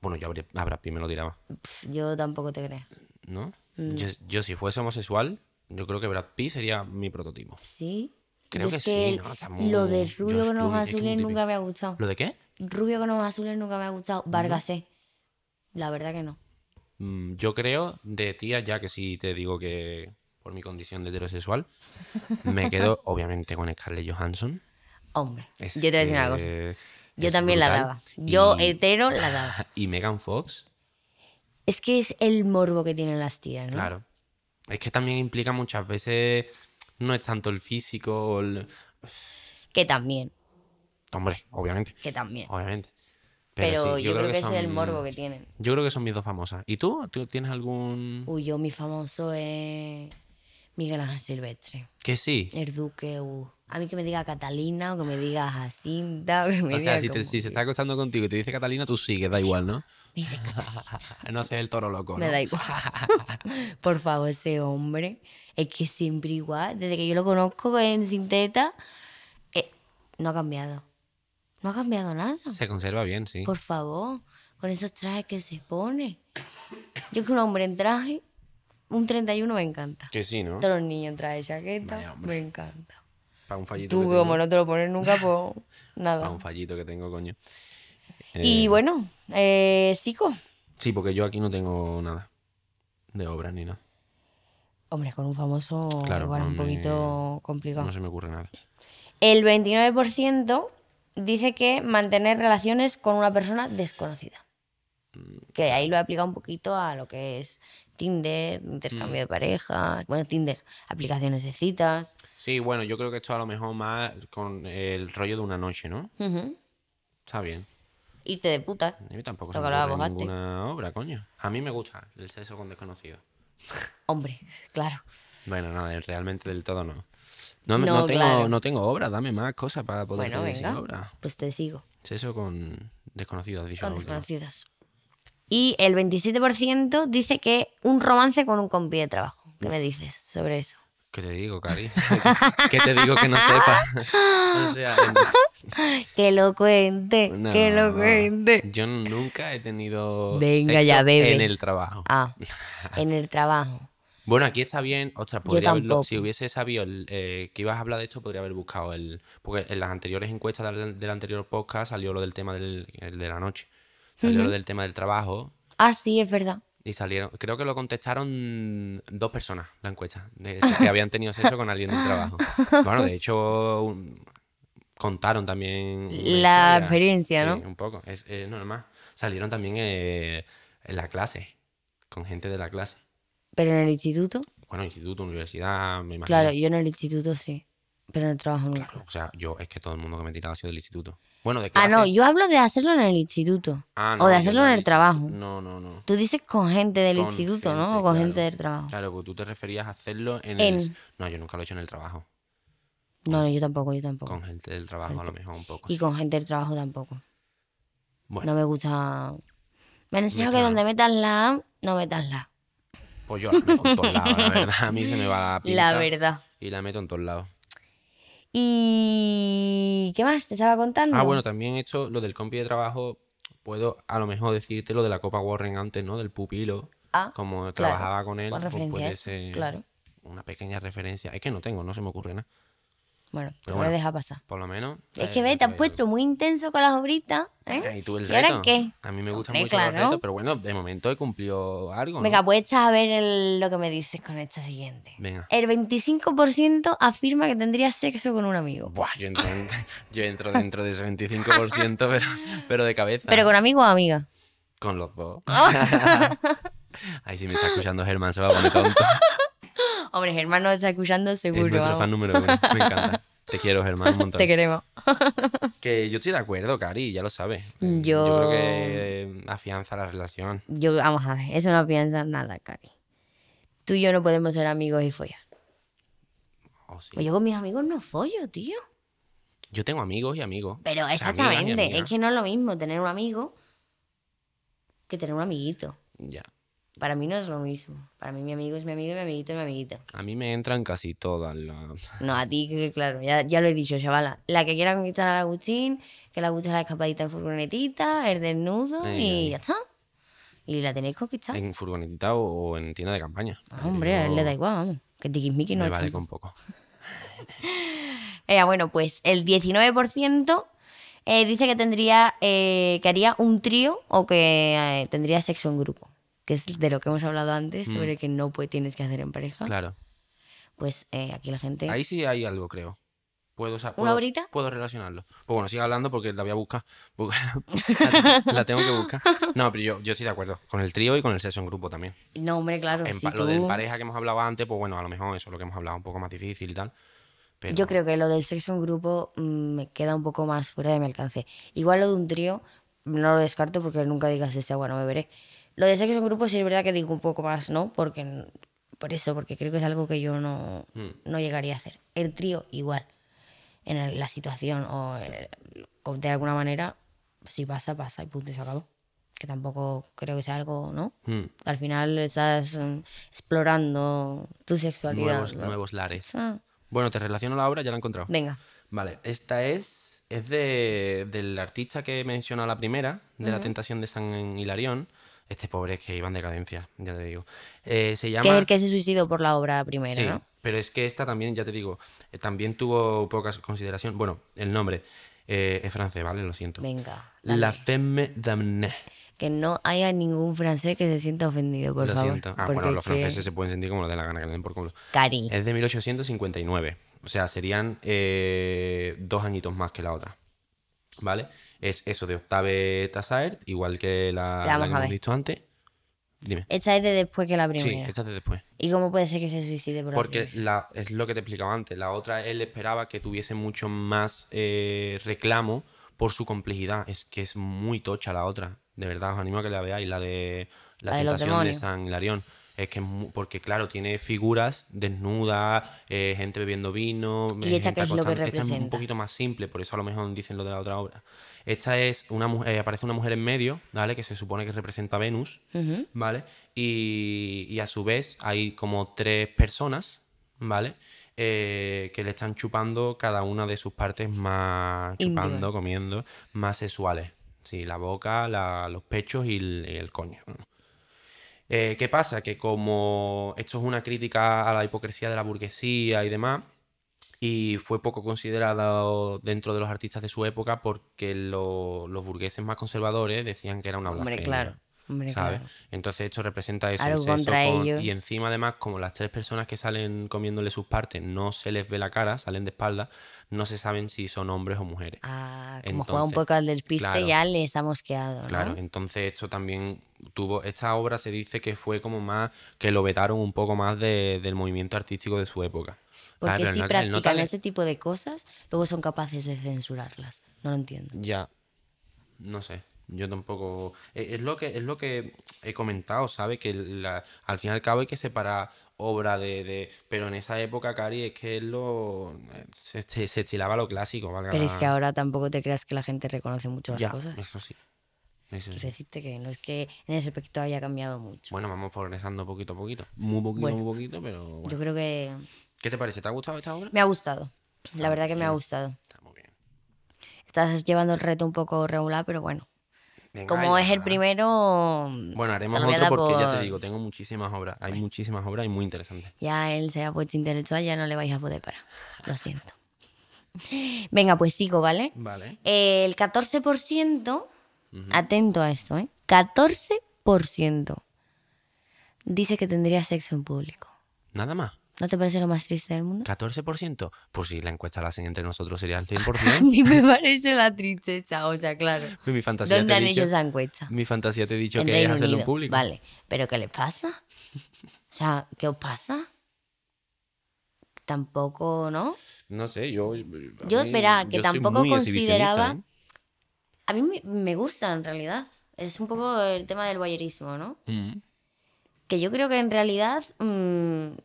B: Bueno, yo habré, habrá me lo dirá,
C: Pf, Yo tampoco te creo.
B: ¿no?
C: Mm.
B: Yo, yo si fuese homosexual, yo creo que Brad Pitt sería mi prototipo.
C: Sí.
B: Creo
C: Yo
B: que
C: es
B: sí,
C: que el-
B: ¿no? Está muy-
C: lo de
B: yo
C: rubio
B: es
C: con ojos
B: rubio, es que es muy
C: azules nunca
B: típico.
C: me ha gustado.
B: ¿Lo de qué?
C: Rubio con ojos azules nunca me ha gustado. Vargas C. La verdad que no.
B: Mm, Yo creo de tía, ya que si te digo que por mi condición de heterosexual, me quedo obviamente con Scarlett Johansson.
C: Hombre.
B: Es
C: yo te voy a decir una cosa.
B: que
C: Yo
B: es
C: también la
B: brutal.
C: daba. Yo
B: Y-
C: hetero la daba.
B: Y Megan Fox,
C: Es que es el morbo que tienen las tías, ¿no?
B: claro. Es que también implica muchas veces, no es tanto el físico, o el...
C: Que también.
B: hombre, obviamente,
C: Que también.
B: obviamente.
C: Pero,
B: sí,
C: yo, creo que, es el
B: son-
C: morbo que tienen.
B: Yo creo que son mis dos famosas. ¿Y tú? ¿Tú tienes algún...?
C: Uy, yo mi famoso es Miguel Ángel Silvestre.
B: Que sí.
C: El duque, uh. A mí que me diga Catalina o que me diga Jacinta o que me
B: O sea,
C: diga
B: si, te-
C: como-
B: si se está acostando contigo y te dice Catalina, tú sigues, da igual, ¿no?
C: Me dice
B: No seas el toro loco. ¿no?
C: Me da igual. Por favor, ese hombre. Es que siempre igual. Desde que yo lo conozco en Sinteta, eh, no ha cambiado. No ha cambiado nada.
B: Se conserva bien, sí.
C: Por favor, con esos trajes que se pone. Yo que un hombre en traje, un 31 me encanta.
B: Que sí, ¿no?
C: Todos los niños en traje chaqueta,
B: Ah. Vaya hombre.
C: me encanta.
B: Para un fallito.
C: Tú,
B: que
C: como
B: tengo,
C: no te lo pones nunca, pues
B: Para
C: nada.
B: un fallito que tengo, coño.
C: Y
B: Eh,
C: bueno, eh, Sico.
B: Sí, porque yo aquí no tengo nada de obra ni nada.
C: Hombre, con un famoso
B: Claro,
C: igual es
B: no
C: un
B: me-
C: poquito complicado.
B: No se me ocurre nada.
C: El 29% dice que mantener relaciones con una persona desconocida. Que ahí lo he aplicado un poquito a lo que es Tinder, intercambio de parejas, bueno, Tinder, aplicaciones de citas.
B: Sí, bueno, yo creo que esto a lo mejor más con el rollo de una noche, ¿no?
C: ujú,
B: Está bien.
C: Irte de putas.
B: A mí tampoco
C: Lo
B: se me
C: que hablábamos
B: ocurre
C: antes.
B: ninguna obra, coño. A mí me gusta el sexo con desconocidos.
C: Hombre, claro.
B: Bueno, nada, eh, realmente del todo no. No, me-
C: No,
B: no tengo,
C: claro.
B: no tengo obra, dame más cosas para poder
C: Bueno,
B: decir
C: venga.
B: obra.
C: Pues te sigo.
B: Sexo con desconocidos, has dicho
C: Con
B: la última.
C: desconocidos. Y el 27% dice que un romance con un compi de trabajo. ¿Qué me dices sobre eso?
B: ¿Qué te digo, Cari? ¿Qué te digo que no sepa? o sea,
C: Que lo cuente,
B: no,
C: que lo
B: no.
C: cuente.
B: Yo nunca he tenido
C: Venga
B: sexo
C: ya, bebe.
B: en el trabajo.
C: Ah, en el trabajo.
B: Bueno, aquí está bien. Ostras, podría haberlo.
C: tampoco.
B: Si hubiese sabido el, eh, que ibas a hablar de esto, podría haber buscado el. Porque en las anteriores encuestas del, del anterior podcast salió lo del tema del, el de la noche. Salió lo del tema del trabajo.
C: Ah, sí, es verdad.
B: Y salieron. Creo que lo contestaron dos personas la encuesta. De eso, que habían tenido sexo con alguien del trabajo. Bueno, de hecho. un- Contaron también. una
C: La
B: historia.
C: experiencia, ¿no?
B: Sí, un poco. Es, es normal. Salieron también eh, en la clase. Con gente de la clase.
C: Pero en el instituto,
B: Bueno, instituto, universidad, me imagino.
C: claro, yo en el instituto sí, pero en el trabajo nunca.
B: O sea, yo es que todo el mundo que me tiraba ha sido del instituto. Bueno, de
C: Ah,
B: clase.
C: no, yo hablo de hacerlo en el instituto.
B: Ah,
C: o de
B: yo
C: hacerlo
B: no,
C: en el trabajo.
B: No, no, no. no.
C: Tú dices con gente del
B: Con
C: instituto,
B: gente,
C: ¿no? O con
B: claro.
C: gente del trabajo.
B: Claro, pues tú te referías a hacerlo en,
C: En-
B: el. No, yo nunca lo he hecho en el trabajo.
C: No, no, yo tampoco, yo tampoco.
B: Con gente del trabajo, a lo mejor un poco.
C: Y con gente del trabajo tampoco.
B: Bueno,
C: No me gusta... Me han enseñado que
B: Mezclar.
C: donde metas la A, no metas la A.
B: pues yo la meto en todos lados, la verdad. A mí se me va la pinza.
C: La verdad.
B: Y la meto en todos lados.
C: ¿Y qué más te estaba contando?
B: Ah, bueno, también he hecho lo del compi de trabajo. Puedo a lo mejor decirte lo de la Copa Warren antes, ¿no? Del pupilo.
C: Ah,
B: Como
C: claro.
B: trabajaba con él,
C: Con
B: pues
C: referencia a
B: puede
C: eso,
B: ser
C: claro.
B: una pequeña referencia. Es que no tengo, no se me ocurre nada.
C: Bueno, te
B: Pero
C: voy a
B: bueno.
C: dejar pasar.
B: Por lo menos.
C: Es
B: eh,
C: que ve,
B: lo
C: te has
B: hay.
C: puesto muy intenso con las obritas. ¿eh?
B: Eh, ¿Y tú el reto?
C: ahora qué?
B: A mí me gustan
C: Hombre,
B: mucho los
C: claro.
B: retos, pero bueno, de momento he cumplido algo. ¿no?
C: Venga, pues echa a ver el- lo que me dices con esta siguiente.
B: Venga.
C: El 25% afirma que tendría sexo con un amigo.
B: Buah, yo entro, en- yo entro dentro de ese 25%, pero, pero de cabeza.
C: Pero con amigo o amiga.
B: Con los dos.
C: Ah.
B: Ahí si me está escuchando Germán se va a poner tonto.
C: Hombre, Germán nos está escuchando seguro.
B: es nuestro
C: vamos.
B: fan número uno. Me encanta. Te quiero, Germán, un montón.
C: Te queremos.
B: Que yo estoy de acuerdo, Cari, ya lo sabes. Eh,
C: Yo-
B: creo que eh, afianza la relación.
C: Yo, vamos a ver, eso no piensas nada, Cari. Tú y yo no podemos ser amigos y follar.
B: Oh, sí.
C: Pues yo con mis amigos no follo, tío.
B: Yo tengo amigos y amigos. sea,
C: Pero
B: amigas y
C: exactamente,
B: amigas.
C: es que no es lo mismo tener un amigo que tener un amiguito.
B: Ya.
C: Para mí no es lo mismo. Para mí mi amigo es mi amigo y mi amiguito es mi amiguito.
B: A mí me entran casi todas las.
C: No, a ti, que claro, ya, ya lo he dicho, chavala. La que quiera conquistar al Agustín, que le gusta la escapadita en furgonetita, el desnudo
B: Ay,
C: y
B: ay.
C: ya está. Y la tenéis conquistada.
B: En furgonetita o, o en tienda de campaña.
C: Ah, hombre, a él le da igual, vamos. Que tiquismiqui no
B: Me
C: es
B: vale
C: tanto.
B: con poco.
C: Eh, bueno, pues el 19% eh, dice que tendría, eh, que haría un trío o que eh, tendría sexo en grupo, que es de lo que hemos hablado antes, sobre que no pues, tienes que hacer en pareja.
B: Mm. Claro.
C: Pues eh, aquí la gente...
B: Ahí sí hay algo, creo. Puedo, o sea, puedo,
C: horita?
B: Puedo relacionarlo. Pues bueno, sigue hablando porque la voy a buscar. Bu- la tengo que buscar. No, pero yo, yo estoy de acuerdo. Con el trío y con el sexo en grupo también.
C: No, hombre, claro.
B: En
C: si
B: pa- Lo
C: tú-
B: del pareja que hemos hablado antes, pues bueno, a lo mejor eso es lo que hemos hablado, un poco más difícil y tal. Pero
C: Yo creo que lo del sexo en grupo mm, me queda un poco más fuera de mi alcance. Igual lo de un trío no lo descarto porque nunca digas este agua no beberé. Lo de sexo en grupo sí es verdad que digo un poco más, ¿no? Porque n- por eso, porque creo que es algo que yo no, no llegaría a hacer. El trío igual. En el- la situación o el- o de alguna manera si pasa pasa y punto y se acabó. Que tampoco creo que sea algo, ¿no?
B: Mm.
C: Al final estás mm, explorando tu sexualidad.
B: Nuevos,
C: ¿no?
B: nuevos lares.
C: Ah,
B: Bueno, te relaciono la obra, ya la he encontrado.
C: Venga.
B: Vale, esta es. Es de, del artista que he mencionado la primera, de La Tentación de San Hilarión. Este pobre es que iban de cadencia, ya te digo. Eh, se llama.
C: Que es el que se suicidó por la obra primera,
B: Sí,
C: ¿no?
B: pero es que esta también, ya te digo, eh, también tuvo poca consideración. Bueno, el nombre eh, es francés, ¿vale? Lo siento.
C: Venga. dale.
B: La Femme d'Amné.
C: Que no haya ningún francés que se sienta ofendido, por
B: Lo
C: favor.
B: siento. Ah,
C: porque
B: bueno, los
C: es que-
B: franceses Eh. se pueden sentir como lo de la gana que le den por culo.
C: Cari.
B: Es de 1859. O sea, serían eh, dos añitos más que la otra. ¿Vale? Es eso de Octave Tassaert, igual que la, la
C: Vamos
B: que
C: a
B: hemos
C: ver. Eh,
B: visto antes. Dime.
C: Esta es de después que la
B: Sí,
C: primera.
B: esta es de después.
C: ¿Y cómo puede ser que se suicide por la
B: Porque
C: primera?
B: la, es lo que te explicaba antes. La otra, él esperaba que tuviese mucho más eh, reclamo por su complejidad. Es que es muy tocha la otra. De verdad, os animo a que la veáis. La de La,
C: La de los
B: Tentación de
C: demonios.
B: San Hilarión. Es que es mu- porque, claro, tiene figuras desnudas, eh, gente bebiendo vino. eh,
C: ¿Y esta
B: gente
C: qué es lo que
B: acostada. Esta es un
C: representa?
B: poquito más simple, por eso a lo mejor dicen lo de la otra obra. Esta es una mujer, aparece una mujer en medio, ¿vale? Que se supone que representa a Venus.
C: Ujú.
B: ¿vale? Y, y a su vez hay como tres personas, ¿vale? Eh, que le están chupando cada una de sus partes más chupando,
C: Íntimas.
B: comiendo, más sexuales. Sí, la boca, la- los pechos y el, y el coño. Eh, ¿Qué pasa? Que como esto es una crítica a la hipocresía de la burguesía y demás, y fue poco considerado dentro de los artistas de su época porque lo- los burgueses más conservadores decían que era una blasfemia.
C: Hombre, claro. Hombre,
B: ¿sabes?
C: claro.
B: Entonces esto representa eso. el
C: Algo
B: sexo
C: contra
B: con-
C: ellos.
B: Y encima además, como las tres personas que salen comiéndole sus partes no se les ve la cara, salen de espalda, no se saben si son hombres o mujeres.
C: Ah, como juega un
B: Entonces,
C: poco al despiste,
B: claro.
C: ya les ha mosqueado, ¿no?
B: Claro, entonces esto también tuvo, esta obra se dice que fue como más, que lo vetaron un poco más de- del movimiento artístico de su época. Ah,
C: Porque
B: pero
C: si
B: el no- el
C: practican
B: nota le-
C: ese tipo de cosas, luego son capaces de censurarlas. No lo entiendo.
B: Ya. No sé. Yo tampoco. e- Es lo que, es lo que he comentado, ¿sabes? Que la- al fin y al cabo hay que separar obra de. de- Pero en esa época, Cari, es que es lo. Se, se, se estilaba lo clásico, valga
C: Pero es
B: la-
C: que ahora tampoco te creas que la gente reconoce mucho las
B: Ah. Ya,
C: cosas.
B: Eso sí. Eso sí.
C: Quiero decirte que no es que en ese aspecto haya cambiado mucho.
B: Bueno, vamos progresando poquito a poquito. Muy poquito,
C: Bueno.
B: muy poquito, pero. bueno.
C: Yo creo que
B: ¿Qué te parece? ¿Te ha gustado esta obra?
C: me ha gustado.
B: Ah,
C: La verdad que me ha gustado.
B: Está muy bien.
C: Estás llevando el reto un poco regular, pero bueno.
B: Venga,
C: Como
B: y
C: es el
B: nada.
C: primero,
B: Bueno, haremos
C: lo voy a
B: otro
C: dar
B: porque ya te
C: por-
B: digo, tengo muchísimas obras. Hay muchísimas obras y muy interesantes.
C: ya él se ha puesto intelectual, ya no le vais a poder parar. Lo siento. Venga, pues sigo, ¿vale?
B: Vale.
C: El 14%, atento a esto, ¿eh? 14% dice que tendría sexo en público.
B: Nada más.
C: ¿No te parece lo más triste del mundo?
B: 14%. Pues si la encuesta la hacen entre nosotros sería el
C: A
B: 100%.
C: mí me parece la tristeza, o sea, claro.
B: Pues mi fantasía
C: ¿Dónde
B: te
C: han
B: he dicho,
C: hecho esa encuesta?
B: Mi fantasía te he dicho
C: En
B: que es
C: Reino
B: hacerlo en
C: Unido.
B: público.
C: Vale, pero ¿qué le pasa? O sea, ¿qué os pasa? Tampoco, ¿no?
B: No sé, yo. a
C: Yo,
B: mí-
C: verá, que
B: yo soy
C: tampoco
B: muy exhibicionista,
C: consideraba-
B: ¿eh?
C: A mí me- me gusta en realidad. Es un poco el tema del voyerismo, ¿no?
B: Mm.
C: Que yo creo que en realidad mm,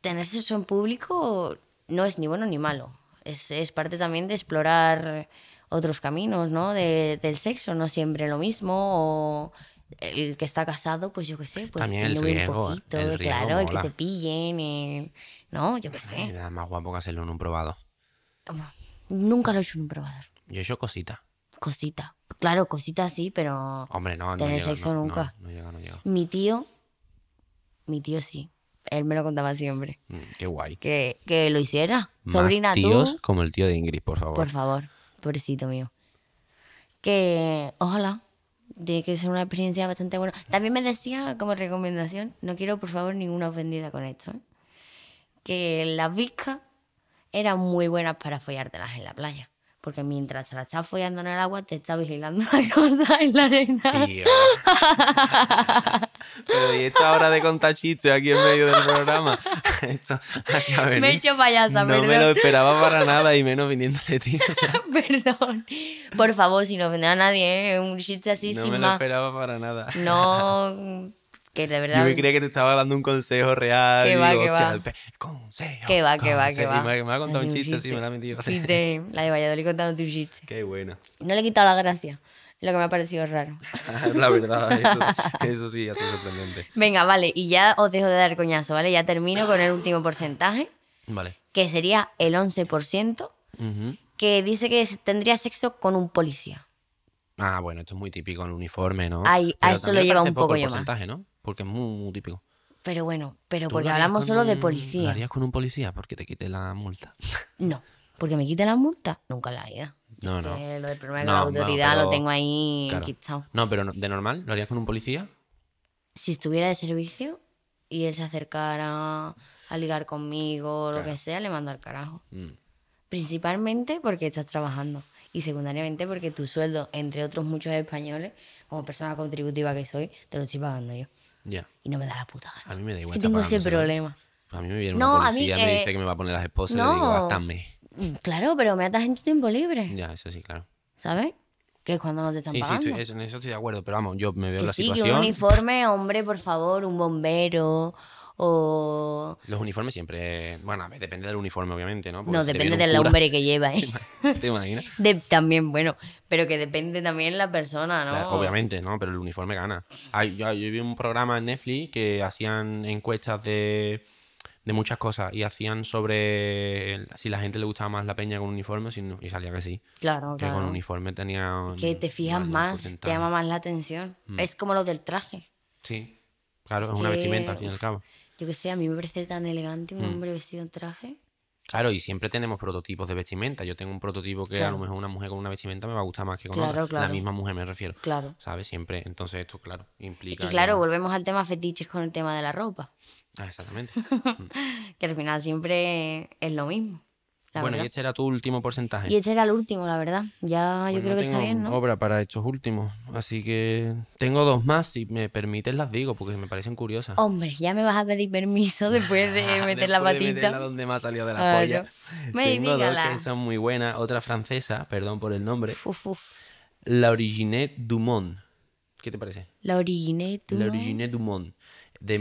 C: tener sexo en público no es ni bueno ni malo. Es, es parte también de explorar otros caminos, ¿no? De- del sexo, no siempre lo mismo. O el que está casado, pues yo qué sé, pues
B: También el
C: innovó un
B: riesgo,
C: poquito,
B: el riesgo
C: claro, el que
B: mola.
C: te pillen, eh, ¿no? Yo qué
B: Ay,
C: sé.
B: nada más guapo que hacerlo en un probado.
C: Nunca lo he hecho en un probador.
B: Yo he hecho cositas.
C: Cosita. Claro, cosita sí, pero
B: Hombre, no, no
C: Tener
B: llega,
C: sexo
B: no,
C: nunca.
B: No, no llega, no llega.
C: mi tío, mi tío sí. Él me lo contaba siempre.
B: Mm, qué guay.
C: que, que lo hiciera.
B: Más
C: Sobrina,
B: tíos
C: tú,
B: como el tío de Ingrid, por favor.
C: por favor, pobrecito mío. Que ojalá, tiene que ser una experiencia bastante buena. También me decía como recomendación, no quiero por favor ninguna ofendida con esto, ¿eh? que las viscas eran muy buenas para follártelas en la playa. Porque mientras te las estás follando en el agua, te está vigilando la cosa en la arena.
B: Tío. Pero y esta hora de contar chistes aquí en medio del programa. Esto, ¿a qué ha venido?
C: Me he hecho payasa,
B: No
C: perdón.
B: me lo esperaba para nada y menos viniendo de ti. o sea,
C: Perdón. Por favor, si no ofender a nadie, ¿eh? un chiste así
B: no
C: sin
B: me lo
C: más.
B: esperaba para nada.
C: No, que de
B: Yo
C: verdad.
B: me creía que te estaba dando un consejo real.
C: Que
B: digo,
C: va, que
B: "Hostia,
C: va.
B: pe- Consejo.
C: Que va, que va, que
B: consejo".
C: va.
B: Y me, me ha contado un
C: Así,
B: chiste, sí, me lo ha mentido.
C: Chiste, la de Valladolid contando tu chiste.
B: Qué bueno.
C: No le he quitado la gracia, lo que me ha parecido raro.
B: La verdad, eso, sí- eso sí ha sido sorprendente.
C: Venga, vale, y ya os dejo de dar coñazo, ¿vale? Ya termino con el último porcentaje,
B: Vale.
C: que sería el 11%,
B: Ujú.
C: que dice que se- tendría sexo con un policía.
B: Ah, bueno, esto es muy típico el uniforme, ¿no?
C: Ay, a
B: Pero
C: eso
B: también
C: lo
B: me
C: lleva
B: parece
C: un
B: poco
C: poco
B: el
C: yo
B: porcentaje,
C: más.
B: ¿no? Porque es muy, muy típico.
C: Pero bueno, pero
B: ¿Tú
C: porque
B: lo harías
C: hablamos
B: con
C: solo de
B: un- ¿Lo
C: policía.
B: harías con un policía? Porque te quite la multa.
C: No, porque me quita la multa, nunca la he ido.
B: No,
C: es
B: no.
C: que lo del problema de
B: No,
C: la
B: bueno,
C: autoridad
B: pero-
C: lo tengo ahí
B: Claro.
C: enquistado.
B: No, pero no- de normal, ¿lo harías con un policía?
C: si estuviera de servicio y él se acercara a ligar conmigo o lo
B: Claro.
C: que sea, le mando al carajo.
B: Mm.
C: Principalmente porque estás trabajando y secundariamente porque tu sueldo, entre otros muchos españoles, como persona contributiva que soy, te lo estoy pagando yo.
B: Ya.
C: Y no me da la puta gana.
B: A mí me da
C: Es
B: igual.
C: que
B: estar
C: tengo ese
B: pagándoselo.
C: problema.
B: A mí me viene
C: No,
B: una
C: a mí
B: policía,
C: que-
B: me dice que me va a poner las esposas y le digo,
C: No.
B: atame.
C: Mm, Claro, pero me atas en tu tiempo libre,
B: Ya, eso sí, claro.
C: ¿sabes? Que es cuando no te están
B: Sí, sí,
C: pagando.
B: estoy- eso- en eso estoy de acuerdo, pero vamos, yo me veo
C: que
B: la
C: sí, que un
B: situación.
C: uniforme, hombre, por favor, un bombero o...
B: Los uniformes siempre. Bueno, a ver, depende del uniforme, obviamente, ¿no? Porque
C: No,
B: si te
C: depende
B: viene un
C: del
B: cura-
C: hombre que lleva, ¿eh?
B: ¿Te imaginas?
C: De- también, bueno, pero que depende también la persona, ¿no?
B: Claro, Obviamente, ¿no? Pero el uniforme gana. Hay- yo, yo vi un programa en Netflix que hacían encuestas de, de muchas cosas y hacían sobre el- si la gente le gustaba más la peña con uniforme o sin- y salía que sí.
C: Claro,
B: Que con
C: claro.
B: uniforme tenía.
C: Que te fijas más, te llama más la atención.
B: Mm.
C: Es como lo del traje.
B: Sí, claro, es,
C: Es
B: una
C: que-
B: vestimenta al fin y al cabo.
C: Yo que sé, a mí me parece tan elegante
B: Mm.
C: un hombre vestido en traje.
B: Claro, y siempre tenemos prototipos de vestimenta. Yo tengo un prototipo que a
C: Claro.
B: lo mejor una mujer con una vestimenta me va a gustar más que con
C: Claro,
B: otra. La
C: claro.
B: misma mujer me refiero.
C: Claro.
B: ¿Sabes? Siempre. Entonces esto, claro,
C: Y
B: implica...
C: que
B: que-
C: claro, volvemos al tema fetiches con el tema de la ropa,
B: Ah, exactamente.
C: que al final siempre es lo mismo. la
B: bueno, y
C: verdad.
B: este era tu último porcentaje.
C: Y este era el último, la verdad. Ya Ah, yo
B: Pues
C: creo
B: no
C: que está
B: tengo
C: bien, ¿no?
B: obra para estos últimos. Así que tengo dos más. Si me permites las digo porque me parecen curiosas. Ah,
C: Hombre, ya me vas a pedir permiso después Oh, de meter la
B: Después de
C: patita.
B: meterla donde más salió de la
C: Claro.
B: polla.
C: Me
B: Tengo dos que
C: dígala.
B: son muy buenas. Otra francesa, perdón por el nombre.
C: Uf, uf.
B: La Originette Dumont. ¿Qué te parece?
C: La originé, tú.
B: La
C: no?
B: Originette Dumont, de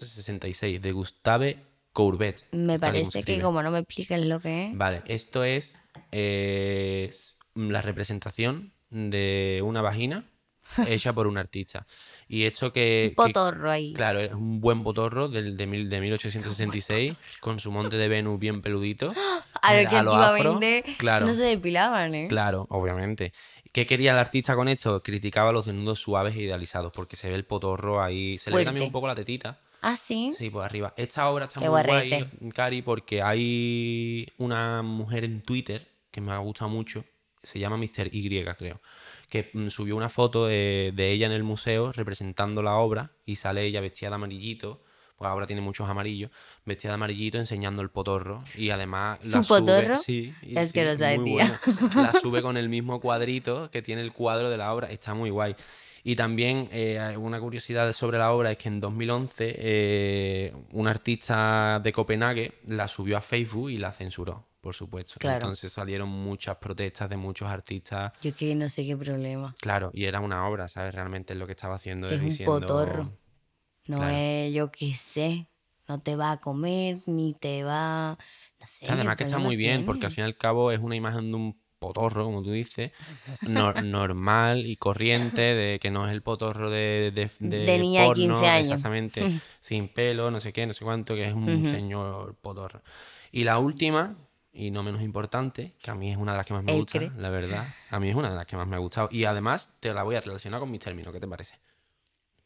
B: 1866, de Gustave Courbet.
C: Me
B: tal y como se
C: parece que
B: escribe.
C: como no me expliquen lo que es.
B: Vale, esto es, eh, es la representación de una vagina hecha por un artista. Y esto que... que-
C: Potorro ahí.
B: Claro, es un buen botorro del, de, mil- de 1866, con su monte de Venus bien peludito.
C: a ver
B: Mira,
C: que
B: lo afro,
C: antiguamente
B: claro.
C: no se depilaban, ¿eh?
B: Claro, obviamente. ¿Qué quería el artista con esto? Criticaba los desnudos suaves e idealizados, porque se ve el potorro ahí, se le ve también
C: Fuerte.
B: un poco la tetita.
C: Ah, sí.
B: Sí, por arriba. Esta obra está
C: Qué
B: muy
C: guarrete.
B: guay, Cari, porque hay una mujer en Twitter que me ha gustado mucho, se llama Mr. Y, creo, que mm, subió una foto de, de ella en el museo representando la obra y sale ella vestida de amarillito, pues ahora tiene muchos amarillos, vestida de amarillito enseñando el potorro y además...
C: ¿Su potorro?
B: sí, y-
C: Es que
B: sí,
C: lo sabe,
B: muy
C: tía.
B: buena. La sube con el mismo cuadrito que tiene el cuadro de la obra, está muy guay. Y también eh, hay una curiosidad sobre la obra es que en 2011 eh, un artista de Copenhague la subió a Facebook y la censuró, por supuesto.
C: Claro.
B: Entonces salieron muchas protestas de muchos artistas
C: Yo que no sé qué problema.
B: Claro, y era una obra, ¿sabes? Realmente es lo que estaba haciendo.
C: Que es
B: es
C: un
B: diciendo,
C: potorro. No
B: Claro.
C: es, yo qué sé. No te va a comer, ni te va. No sé.
B: Además que
C: ¿qué
B: está
C: problema
B: muy bien, porque al
C: tiene?
B: fin y al cabo es una imagen de un potorro, como tú dices, no- normal y corriente, de que no es el potorro de, de,
C: De niña de 15 años.
B: Exactamente, sin pelo, no sé qué, no sé cuánto, que es un
C: Ujú.
B: señor potorro. Y la última, y no menos importante, que a mí es una de las que más me
C: Él
B: gusta,
C: cree.
B: la verdad. A mí es una de las que más me ha gustado. Y además te la voy a relacionar con mis términos, ¿qué te parece?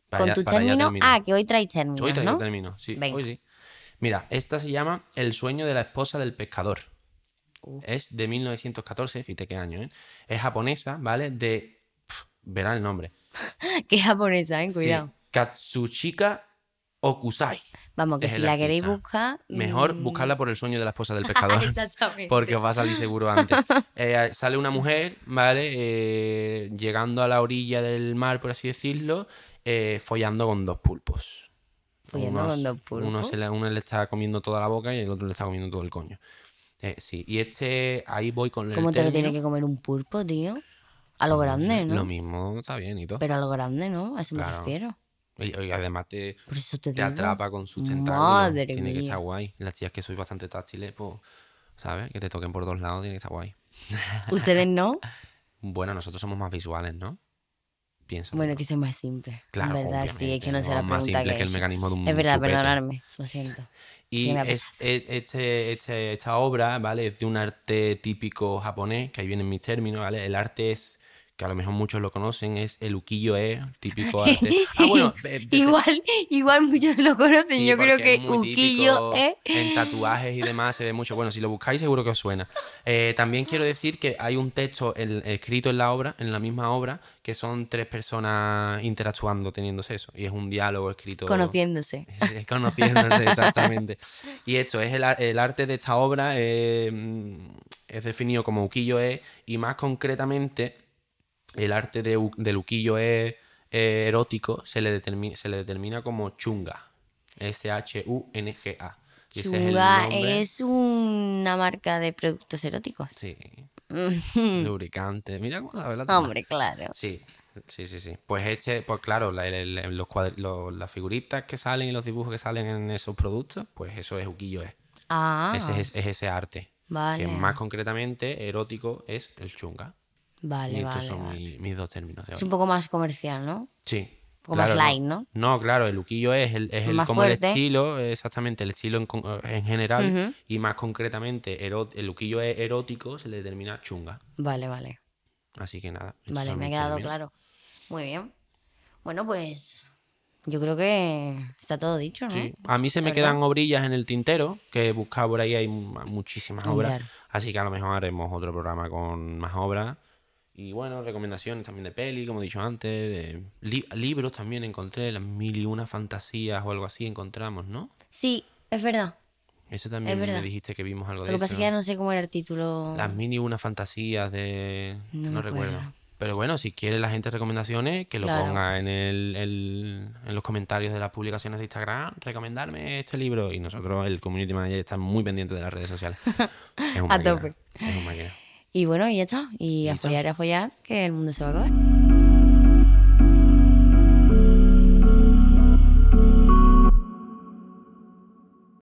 B: Para ya-
C: Con tu
B: para ya
C: término.
B: terminar.
C: Ah, que hoy traes términos,
B: Hoy te
C: ¿no?
B: termino, sí.
C: Venga.
B: Hoy sí. Mira, esta se llama El sueño de la esposa del pescador.
C: Uh.
B: Es de 1914, fíjate qué año, ¿eh? Es japonesa, ¿vale? De. pf, verá el nombre.
C: Que es japonesa, ¿eh?
B: Sí,
C: Cuidado.
B: Katsuchika Okusai.
C: Vamos, que
B: Es
C: si
B: el
C: la queréis
B: artista.
C: buscar.
B: Mejor
C: mm,
B: buscarla por el sueño de la esposa del pescador.
C: Exactamente.
B: Porque os va a salir seguro antes. Eh, sale una mujer, ¿vale? Eh, llegando a la orilla del mar, por así decirlo, eh, follando con dos pulpos.
C: Follando con dos
B: Uno,
C: pulpos.
B: se le, uno le está comiendo toda la boca y el otro le está comiendo todo el coño. Eh, sí, y este, ahí voy con el
C: ¿Cómo te lo tiene que
B: término.
C: comer un pulpo, tío? A lo grande, ¿no?
B: Lo mismo, está bien y todo.
C: Pero a lo grande, ¿no? A eso me
B: Claro.
C: refiero.
B: Y, y además te,
C: Por eso te,
B: te
C: digo.
B: atrapa con sus tentáculos.
C: Madre
B: tiene que estar
C: mía.
B: guay. Las tías que sois bastante táctiles, pues, ¿sabes? Que te toquen por dos lados, tiene que estar guay.
C: Ustedes no.
B: Bueno, nosotros somos más visuales, ¿no? Pienso.
C: Bueno,
B: yo.
C: que soy más simple.
B: Claro,
C: En verdad, sí, es que
B: obviamente,
C: no sé la
B: es más
C: pregunta
B: simple
C: que,
B: que, el
C: he hecho.
B: mecanismo de un
C: Es verdad,
B: chupete.
C: perdonadme. Lo siento.
B: Y
C: Sí, me ha
B: es- es- este- este- esta obra, ¿vale? Es de un arte típico japonés, que ahí vienen mis términos, ¿vale? El arte es, que a lo mejor muchos lo conocen, es el ukiyo-e, el típico arte. Ah, bueno, eh, eh,
C: Igual, igual muchos lo conocen.
B: sí,
C: Yo creo
B: porque
C: que
B: es muy
C: Uquillo
B: típico
C: es.
B: En tatuajes y demás se ve mucho. Bueno, si lo buscáis seguro que os suena. Eh, también quiero decir que hay un texto en- escrito en la obra, en la misma obra, que son tres personas interactuando, teniendo sexo. Y es un diálogo escrito.
C: Conociéndose.
B: Es Conociéndose, exactamente. Y esto es el, ar- el arte de esta obra, eh, mm, es definido como ukiyo-e, y más concretamente, el arte de, u- del ukiyo-e eh, erótico se le, determi- se le determina como chunga. S-H-U-N-G-A. Y ese es el
C: Chunga
B: nombre-
C: es una marca de productos eróticos.
B: Sí,
C: Ujú.
B: lubricante. Mira cómo sabe la tía.
C: Mm. Hombre, claro.
B: Sí, sí, sí, sí. Pues este, pues claro, la- la- la- los cuadri- los- las figuritas que salen y los dibujos que salen en esos productos, pues eso es ukiyo-e.
C: Ah,
B: Ese es, es ese arte.
C: vale.
B: Que más concretamente, erótico es el chunga. y
C: Vale,
B: estos
C: vale.
B: son
C: vale.
B: mi- mis dos términos de
C: Es
B: hoy.
C: un poco más comercial, ¿no?
B: Sí.
C: poco más
B: no.
C: light, ¿no?
B: No, claro, el uquillo es, el, es el-
C: Más
B: como
C: fuerte.
B: el estilo, exactamente, el estilo en, con- eh, en general.
C: Ujú.
B: Y más concretamente, ero- el uquillo es erótico, se le determina chunga.
C: Vale, vale.
B: Así que nada. estos
C: Vale,
B: son
C: me ha
B: mis
C: quedado
B: términos.
C: claro. Muy bien. Bueno, pues yo creo que está todo dicho, ¿no?
B: Sí. A mí se me
C: ¿Verdad?
B: quedan obrillas en el tintero, que he buscado por ahí, hay mu- muchísimas
C: Hombre,
B: obras.
C: claro.
B: Así que a lo mejor haremos otro programa con más obras. Y bueno, recomendaciones también de peli, como he dicho antes. de li- libros también encontré, las mil y una fantasías o algo así encontramos, ¿no?
C: Sí, es verdad.
B: Eso también me
C: verdad.
B: dijiste que vimos algo de
C: Lo que
B: eso.
C: pasa es que ya no sé cómo era el título.
B: Las mil y una fantasías de...
C: No
B: No,
C: me
B: recuerdo.
C: acuerdo.
B: Pero bueno, si quiere la gente recomendaciones, que lo
C: Claro.
B: ponga en, el, el- en los comentarios de las publicaciones de Instagram, recomendarme este libro. Y nosotros, el community manager, está muy pendiente de las redes sociales. Es un
C: A
B: máquina,
C: tope.
B: Es un máquina.
C: Y bueno, y ya está. Y a
B: Listo.
C: follar, a follar, que el mundo se va a acabar.